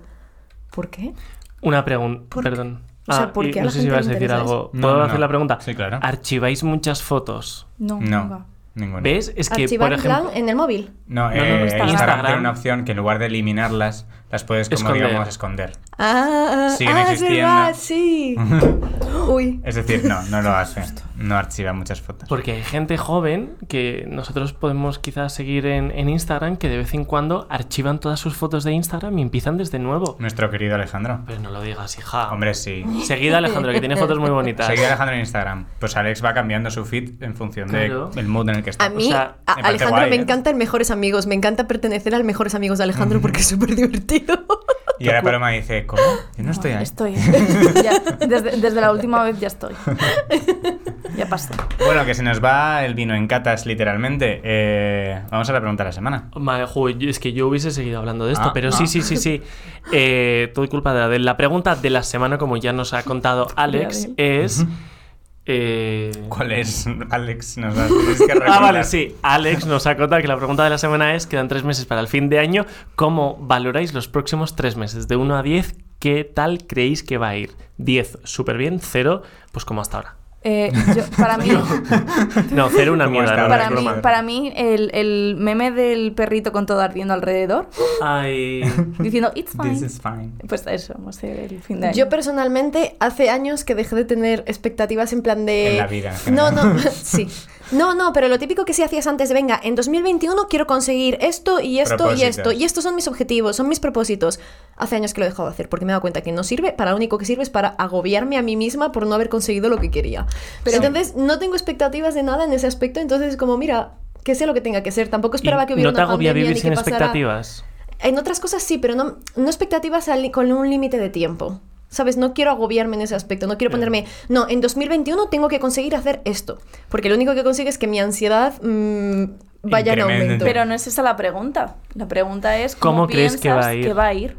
[SPEAKER 3] ¿por qué?
[SPEAKER 2] Una pregunta,
[SPEAKER 3] ¿Por qué?
[SPEAKER 2] perdón.
[SPEAKER 3] O sea,
[SPEAKER 2] Ah,
[SPEAKER 3] ¿por
[SPEAKER 2] y
[SPEAKER 3] qué a
[SPEAKER 2] no
[SPEAKER 3] la
[SPEAKER 2] sé si
[SPEAKER 3] gente
[SPEAKER 2] ibas a
[SPEAKER 3] le
[SPEAKER 2] decir
[SPEAKER 3] interesa
[SPEAKER 2] algo.
[SPEAKER 1] eso?
[SPEAKER 2] ¿Puedo
[SPEAKER 1] No, no,
[SPEAKER 2] hacer
[SPEAKER 1] no.
[SPEAKER 2] la pregunta?
[SPEAKER 1] Sí, claro.
[SPEAKER 2] ¿Archiváis muchas fotos?
[SPEAKER 4] No,
[SPEAKER 1] No,
[SPEAKER 4] nunca.
[SPEAKER 1] ninguno.
[SPEAKER 2] ¿Ves? Es que,
[SPEAKER 3] Archivar
[SPEAKER 2] por ejemplo...
[SPEAKER 3] en plan en el móvil.
[SPEAKER 1] No,
[SPEAKER 2] No, no,
[SPEAKER 1] eh, Instagram.
[SPEAKER 2] no, Instagram.
[SPEAKER 1] tiene
[SPEAKER 2] Instagram.
[SPEAKER 1] una opción que en lugar de eliminarlas, las puedes, como
[SPEAKER 2] Esconder.
[SPEAKER 1] digamos, esconder.
[SPEAKER 3] Ah,
[SPEAKER 1] Siguen
[SPEAKER 3] ah, es
[SPEAKER 1] existiendo. Mm.
[SPEAKER 3] verdad, sí. Uy.
[SPEAKER 1] Es decir, no, no lo hace. No archiva muchas fotos.
[SPEAKER 2] Porque hay gente joven que nosotros podemos quizás seguir en, en Instagram que de vez en cuando archivan todas sus fotos de Instagram y empiezan desde nuevo.
[SPEAKER 1] Nuestro querido Alejandro.
[SPEAKER 2] Pero no lo digas, hija.
[SPEAKER 1] Hombre, sí.
[SPEAKER 2] Seguida Alejandro, que tiene fotos muy bonitas.
[SPEAKER 1] Seguí a Alejandro en Instagram. Pues Alex va cambiando su feed en función
[SPEAKER 2] Claro.
[SPEAKER 1] del mood en el que está.
[SPEAKER 3] A mí,
[SPEAKER 2] sea,
[SPEAKER 3] a-
[SPEAKER 1] me parece
[SPEAKER 3] Alejandro,
[SPEAKER 1] guay,
[SPEAKER 3] me
[SPEAKER 1] ¿eh?
[SPEAKER 3] encanta el Mejores Amigos. Me encanta pertenecer al Mejores Amigos de Alejandro porque es súper divertido.
[SPEAKER 1] Y ahora Paloma dice, ¿cómo? Yo no estoy ahí.
[SPEAKER 4] Estoy. Ya, desde, desde la última vez ya estoy. Ya pasó.
[SPEAKER 1] Bueno, que se nos va el vino en catas, literalmente. Eh, vamos a la pregunta de la semana.
[SPEAKER 2] Madre, jo, yo- es que yo hubiese seguido hablando de esto,
[SPEAKER 1] Ah,
[SPEAKER 2] pero
[SPEAKER 1] ah.
[SPEAKER 2] sí, sí, sí, sí. Eh, todo culpa de la, de la pregunta de la semana, como ya nos ha contado Alex, es Eh,
[SPEAKER 1] ¿Cuál es? Alex, nos la tienes que
[SPEAKER 2] Ah,
[SPEAKER 1] recordar.
[SPEAKER 2] vale, sí. Alex nos ha contado que la pregunta de la semana es, quedan tres meses para el fin de año, ¿cómo valoráis los próximos tres meses? De 1 a 10, ¿qué tal creéis que va a ir? 10, súper bien, 0, pues como hasta ahora.
[SPEAKER 4] Eh, yo- para mí,
[SPEAKER 2] No, 0 una
[SPEAKER 1] Como
[SPEAKER 2] mierda.
[SPEAKER 1] hasta
[SPEAKER 2] ¿no?
[SPEAKER 1] ahora.
[SPEAKER 4] para mí, para mí el, el meme del perrito con todo ardiendo alrededor,
[SPEAKER 2] Ay,
[SPEAKER 4] diciendo, it's fine.
[SPEAKER 1] This is fine.
[SPEAKER 4] Pues eso, va a ser el fin de año.
[SPEAKER 3] Yo personalmente hace años que dejé de tener expectativas en plan de...
[SPEAKER 1] En la vida, en
[SPEAKER 3] Eh, No,
[SPEAKER 1] general.
[SPEAKER 3] no, sí. No, no, pero lo típico que sí hacías antes de, venga, en 2021 quiero conseguir esto y esto y esto.
[SPEAKER 1] Propósitos.
[SPEAKER 3] Y estos son mis objetivos, son mis propósitos. Hace años que lo he dejado de hacer porque me he dado cuenta que no sirve, para lo único que sirve es para agobiarme a mí misma por no haber conseguido lo que quería.
[SPEAKER 4] Pero-
[SPEAKER 3] entonces no tengo expectativas de nada en ese aspecto, entonces es como, mira, que sea lo que tenga que ser. Tampoco
[SPEAKER 2] ¿y
[SPEAKER 3] esperaba que hubiera
[SPEAKER 2] ¿no te
[SPEAKER 3] una
[SPEAKER 2] agobia
[SPEAKER 3] pandemia
[SPEAKER 2] vivir
[SPEAKER 3] ni
[SPEAKER 2] sin
[SPEAKER 3] que pasara-
[SPEAKER 2] expectativas?
[SPEAKER 3] en otras cosas sí, pero no, no expectativas al- con un límite de tiempo. ¿Sabes? No quiero agobiarme en ese aspecto. No quiero
[SPEAKER 2] Bien.
[SPEAKER 3] ponerme, no, en 2021 tengo que conseguir hacer esto. Porque lo único que consigue es que mi ansiedad mm, vaya en
[SPEAKER 1] Incremente.
[SPEAKER 3] aumento.
[SPEAKER 4] Pero no es esa la pregunta. La pregunta es cómo,
[SPEAKER 2] ¿Cómo crees que
[SPEAKER 4] piensas
[SPEAKER 2] va a ir?
[SPEAKER 4] que va a ir.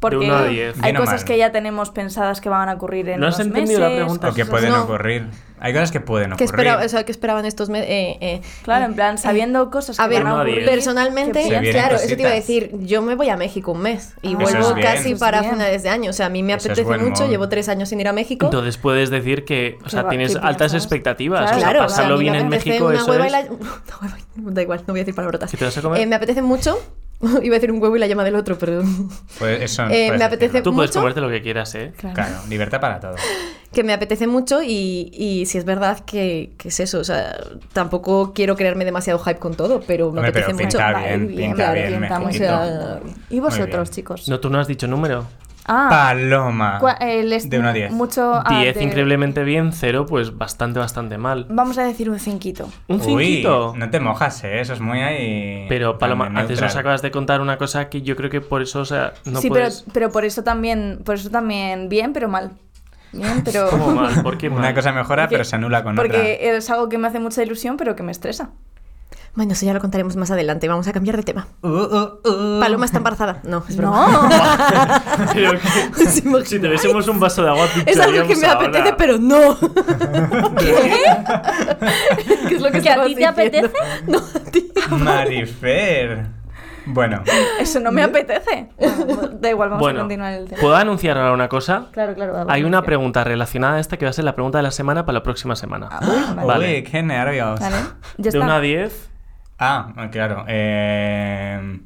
[SPEAKER 4] Porque
[SPEAKER 2] uno a diez.
[SPEAKER 4] hay
[SPEAKER 1] Bien o
[SPEAKER 4] cosas
[SPEAKER 1] mal.
[SPEAKER 4] que ya tenemos pensadas que van a ocurrir en
[SPEAKER 2] ¿No has
[SPEAKER 4] unos
[SPEAKER 2] entendido la
[SPEAKER 4] meses,
[SPEAKER 2] pregunta?
[SPEAKER 1] O que
[SPEAKER 4] cosas
[SPEAKER 1] pueden em-
[SPEAKER 3] No.
[SPEAKER 1] ocurrir. Hay cosas que pueden
[SPEAKER 3] ¿Qué,
[SPEAKER 1] ocurrir.
[SPEAKER 3] espera, o sea, ¿Qué esperaban estos meses? Eh, eh,
[SPEAKER 4] Claro, en plan,
[SPEAKER 3] eh,
[SPEAKER 4] sabiendo cosas que
[SPEAKER 3] A ver,
[SPEAKER 4] van a
[SPEAKER 2] Uno a
[SPEAKER 4] ocurrir.
[SPEAKER 2] diez.
[SPEAKER 3] personalmente,
[SPEAKER 4] que
[SPEAKER 1] Se vienen
[SPEAKER 3] claro, eso te iba a
[SPEAKER 1] cositas.
[SPEAKER 3] decir, yo me voy a México un mes y
[SPEAKER 4] Ah,
[SPEAKER 1] eso
[SPEAKER 3] vuelvo
[SPEAKER 1] es bien.
[SPEAKER 3] casi
[SPEAKER 4] Eso es
[SPEAKER 3] para
[SPEAKER 4] bien.
[SPEAKER 3] finales de año. O sea, a mí me
[SPEAKER 1] Eso es
[SPEAKER 3] apetece
[SPEAKER 1] buen
[SPEAKER 3] mucho,
[SPEAKER 1] modo.
[SPEAKER 3] llevo tres años sin ir a México.
[SPEAKER 2] Entonces puedes decir que, o sea,
[SPEAKER 4] va-
[SPEAKER 2] tienes
[SPEAKER 4] qué
[SPEAKER 2] altas
[SPEAKER 4] piensas?
[SPEAKER 2] expectativas.
[SPEAKER 4] Claro,
[SPEAKER 2] o sea,
[SPEAKER 4] claro, o sea,
[SPEAKER 2] pasarlo
[SPEAKER 3] a mí
[SPEAKER 2] bien
[SPEAKER 3] me
[SPEAKER 2] en
[SPEAKER 3] apetece
[SPEAKER 2] México,
[SPEAKER 3] una
[SPEAKER 2] eso
[SPEAKER 3] hueva y
[SPEAKER 2] es...
[SPEAKER 3] la- una hueva y- Da igual, no voy a decir palabrotas.
[SPEAKER 2] ¿Qué te vas a comer?
[SPEAKER 3] Eh, me apetece mucho. Iba a decir un huevo y la llama del otro, pero.
[SPEAKER 1] Pues eso
[SPEAKER 3] Eh,
[SPEAKER 1] puedes
[SPEAKER 3] me apetece-
[SPEAKER 1] decirlo.
[SPEAKER 2] Tú puedes
[SPEAKER 3] mucho.
[SPEAKER 2] comerte lo que quieras, ¿eh?
[SPEAKER 4] Claro.
[SPEAKER 1] Claro, libertad para todo.
[SPEAKER 3] que me apetece mucho y, y si es verdad que, que es eso. O sea, tampoco quiero crearme demasiado hype con todo, pero me
[SPEAKER 1] Hombre, pero
[SPEAKER 3] apetece mucho.
[SPEAKER 1] pinta
[SPEAKER 4] Va a ir
[SPEAKER 1] bien,
[SPEAKER 4] bien,
[SPEAKER 1] pinta
[SPEAKER 4] claro,
[SPEAKER 1] bien,
[SPEAKER 4] pinta muy
[SPEAKER 1] Mejicito.
[SPEAKER 3] bien.
[SPEAKER 4] ¿Y vosotros,
[SPEAKER 1] bien.
[SPEAKER 4] chicos?
[SPEAKER 2] No, tú no has dicho número.
[SPEAKER 4] Ah,
[SPEAKER 1] Paloma.
[SPEAKER 4] cua- el est-
[SPEAKER 1] de 1 a 10.
[SPEAKER 3] Oh,
[SPEAKER 4] Mucho, ah,
[SPEAKER 2] 10
[SPEAKER 4] de-
[SPEAKER 2] increíblemente bien, 0 pues bastante, bastante mal.
[SPEAKER 4] Vamos a decir un cinquito.
[SPEAKER 2] Un
[SPEAKER 1] Uy,
[SPEAKER 2] cinquito.
[SPEAKER 1] no te mojas, ¿eh? Eso es muy ahí.
[SPEAKER 2] Pero Paloma,
[SPEAKER 1] también
[SPEAKER 2] antes
[SPEAKER 1] neutral.
[SPEAKER 2] nos acabas de contar una cosa que yo creo que por eso, o sea, no
[SPEAKER 4] sí,
[SPEAKER 2] puedes...
[SPEAKER 4] pero, pero por eso también, por eso también bien, pero mal. Bien, pero
[SPEAKER 2] ¿Cómo mal? ¿Por qué mal?
[SPEAKER 1] Una cosa mejora,
[SPEAKER 4] Porque-
[SPEAKER 1] pero se anula con
[SPEAKER 4] porque es algo que me hace mucha ilusión, pero que me estresa.
[SPEAKER 3] Bueno, eso ya lo contaremos más adelante. Vamos a cambiar de tema.
[SPEAKER 1] otra. Uh, uh, uh.
[SPEAKER 3] Paloma está embarazada. No, es broma.
[SPEAKER 4] Mm. No.
[SPEAKER 2] Pero que-
[SPEAKER 3] ¿Os imagináis?
[SPEAKER 2] si tuviésemos un vaso de agua,
[SPEAKER 3] Es algo que
[SPEAKER 2] pincharíamos
[SPEAKER 3] me apetece,
[SPEAKER 2] ahora.
[SPEAKER 3] pero no. ¿Qué es lo que,
[SPEAKER 4] ¿Que a
[SPEAKER 3] estabas
[SPEAKER 4] ti te
[SPEAKER 3] diciendo? No, a ti.
[SPEAKER 1] Marifer. Bueno,
[SPEAKER 4] Eso no me apetece. Bueno, Da igual, vamos a
[SPEAKER 2] Bueno,
[SPEAKER 4] continuar el tema.
[SPEAKER 2] ¿puedo anunciar ahora una cosa?
[SPEAKER 4] Claro, claro. va,
[SPEAKER 2] Hay
[SPEAKER 4] va,
[SPEAKER 2] una
[SPEAKER 4] va.
[SPEAKER 2] pregunta relacionada a esta que va a ser la pregunta de la semana para la próxima semana.
[SPEAKER 4] Ah, uy, vale.
[SPEAKER 2] Vale.
[SPEAKER 1] uy, qué nervios.
[SPEAKER 4] Vale, ya
[SPEAKER 2] de
[SPEAKER 4] está.
[SPEAKER 2] 1 a 10,
[SPEAKER 1] Ah, claro. eh,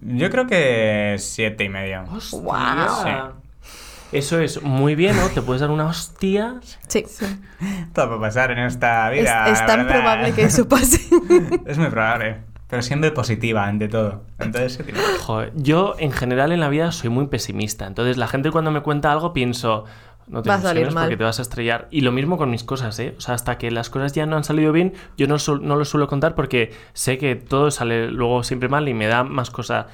[SPEAKER 1] yo creo que siete y medio.
[SPEAKER 2] ¡Hostia! Eso es muy bien, ¿no? Te puedes dar una hostia.
[SPEAKER 3] Sí.
[SPEAKER 1] Todo puede pasar en esta
[SPEAKER 3] Es,
[SPEAKER 1] vida.
[SPEAKER 3] es tan
[SPEAKER 1] ¿verdad?
[SPEAKER 3] probable que eso pase.
[SPEAKER 1] Es muy probable. Pero siempre positiva ante todo. Entonces, siete y medio.
[SPEAKER 2] Joder, yo en general en la vida soy muy pesimista. Entonces la gente cuando me cuenta algo pienso, no te
[SPEAKER 3] Va a salir
[SPEAKER 2] ilusiones
[SPEAKER 3] mal.
[SPEAKER 2] porque te vas a estrellar. Y lo mismo con mis cosas, ¿eh? O sea, hasta que las cosas ya no han salido bien, yo no, su- no lo suelo contar porque sé que todo sale luego siempre mal y me da más cosa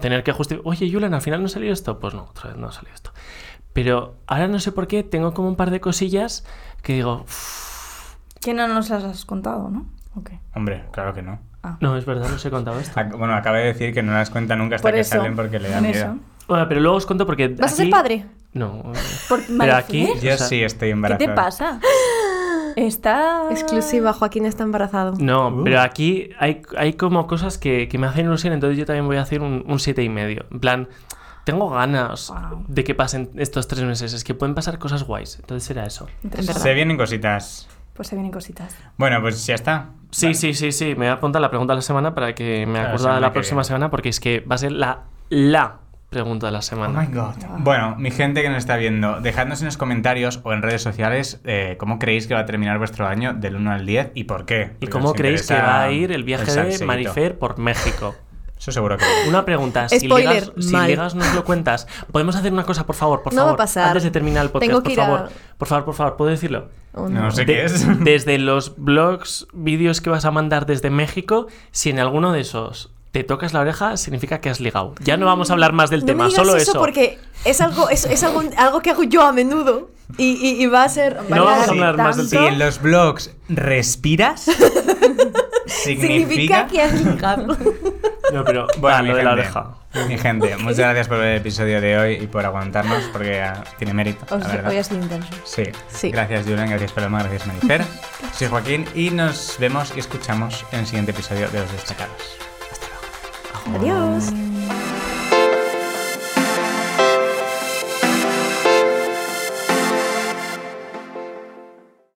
[SPEAKER 2] tener que justificar. Oye, Yulan, al final no salió esto. Pues no, otra vez no salió esto. Pero ahora no sé por qué, tengo como un par de cosillas que digo, "Uf,
[SPEAKER 4] Que no nos las has contado, ¿no? ¿O qué? Ah.
[SPEAKER 1] Hombre, claro que no.
[SPEAKER 2] no, es verdad, no os he contado esto.
[SPEAKER 1] Ac- Bueno, acaba de decir que no las cuenta nunca hasta
[SPEAKER 4] Por
[SPEAKER 1] que
[SPEAKER 4] eso.
[SPEAKER 1] salen porque le da
[SPEAKER 4] por
[SPEAKER 1] miedo.
[SPEAKER 4] eso.
[SPEAKER 2] Bueno, pero luego os cuento porque...
[SPEAKER 3] ¿Vas a ser
[SPEAKER 2] aquí-
[SPEAKER 3] padre?
[SPEAKER 2] No.
[SPEAKER 4] Por
[SPEAKER 2] Pero aquí...
[SPEAKER 4] Marifer,
[SPEAKER 1] Yo
[SPEAKER 2] o sea,
[SPEAKER 1] sí estoy
[SPEAKER 4] ¿Qué
[SPEAKER 1] embarazada.
[SPEAKER 4] te pasa? Está...
[SPEAKER 3] Exclusiva, Joaquín está embarazado.
[SPEAKER 2] No,
[SPEAKER 1] Uh.
[SPEAKER 2] pero aquí hay, hay como cosas que, que me hacen ilusión, entonces yo también voy a hacer un, un siete y medio. En plan, tengo ganas
[SPEAKER 4] Wow.
[SPEAKER 2] de que pasen estos tres meses, es que pueden pasar cosas guays, entonces será eso.
[SPEAKER 4] Interesante.
[SPEAKER 1] Se vienen cositas.
[SPEAKER 4] Pues se vienen cositas.
[SPEAKER 1] Bueno, pues ya está.
[SPEAKER 2] Sí, sí, sí, sí, me voy a apuntar la pregunta de la semana para que me
[SPEAKER 1] La
[SPEAKER 2] acuerde de
[SPEAKER 1] semana
[SPEAKER 2] la
[SPEAKER 1] que
[SPEAKER 2] próxima
[SPEAKER 1] viene.
[SPEAKER 2] semana, porque es que va a ser la, la pregunta de la
[SPEAKER 1] Oh
[SPEAKER 2] semana.
[SPEAKER 1] my god. Bueno, mi gente que nos está viendo, dejadnos en los comentarios o en redes sociales eh, cómo creéis que va a terminar vuestro año del 1 al 10 y por qué.
[SPEAKER 2] ¿Y
[SPEAKER 1] Porque
[SPEAKER 2] cómo
[SPEAKER 1] nos
[SPEAKER 2] creéis que
[SPEAKER 1] interesa
[SPEAKER 2] va a ir el viaje de
[SPEAKER 1] salseíto.
[SPEAKER 2] Marifer por México?
[SPEAKER 1] Eso seguro que.
[SPEAKER 2] Una pregunta, si
[SPEAKER 3] Spoiler,
[SPEAKER 2] ligas, si
[SPEAKER 3] mal.
[SPEAKER 2] ligas nos lo cuentas. Podemos hacer una cosa, por favor, por
[SPEAKER 3] No va a
[SPEAKER 2] favor.
[SPEAKER 3] pasar.
[SPEAKER 2] Antes de terminar el podcast,
[SPEAKER 3] Tengo que
[SPEAKER 2] por
[SPEAKER 3] ir a-
[SPEAKER 2] favor. Por favor, por favor, ¿puedo decirlo?
[SPEAKER 3] ¿O Oh no?
[SPEAKER 1] No sé
[SPEAKER 2] De-
[SPEAKER 1] qué es.
[SPEAKER 2] Desde los blogs, vídeos que vas a mandar desde México, si en alguno de esos te tocas la oreja, significa que has ligado. Ya no vamos a hablar más del
[SPEAKER 3] No
[SPEAKER 2] tema,
[SPEAKER 3] me digas
[SPEAKER 2] solo
[SPEAKER 3] eso,
[SPEAKER 2] eso.
[SPEAKER 3] porque es algo, es, es algo, algo que hago yo a menudo y, y- y va a ser...
[SPEAKER 2] No vamos
[SPEAKER 1] Sí.
[SPEAKER 2] a hablar más del
[SPEAKER 1] Si
[SPEAKER 2] tema.
[SPEAKER 1] en los blogs respiras, significa,
[SPEAKER 3] Significa que has ligado.
[SPEAKER 2] No, pero
[SPEAKER 1] Bueno,
[SPEAKER 2] va,
[SPEAKER 1] mi
[SPEAKER 2] Ah, lo de la
[SPEAKER 1] gente,
[SPEAKER 2] oreja.
[SPEAKER 1] Mi gente, muchas gracias por ver el episodio de hoy y por aguantarnos, porque ah, tiene mérito. la
[SPEAKER 4] Os-
[SPEAKER 1] verdad.
[SPEAKER 4] hoy ha sido intenso.
[SPEAKER 1] Sí.
[SPEAKER 3] Sí.
[SPEAKER 1] Gracias, Julen, gracias, Paloma, gracias, Marifer. Soy Joaquín y nos vemos y escuchamos en el siguiente episodio de Los Destacados.
[SPEAKER 3] Adiós.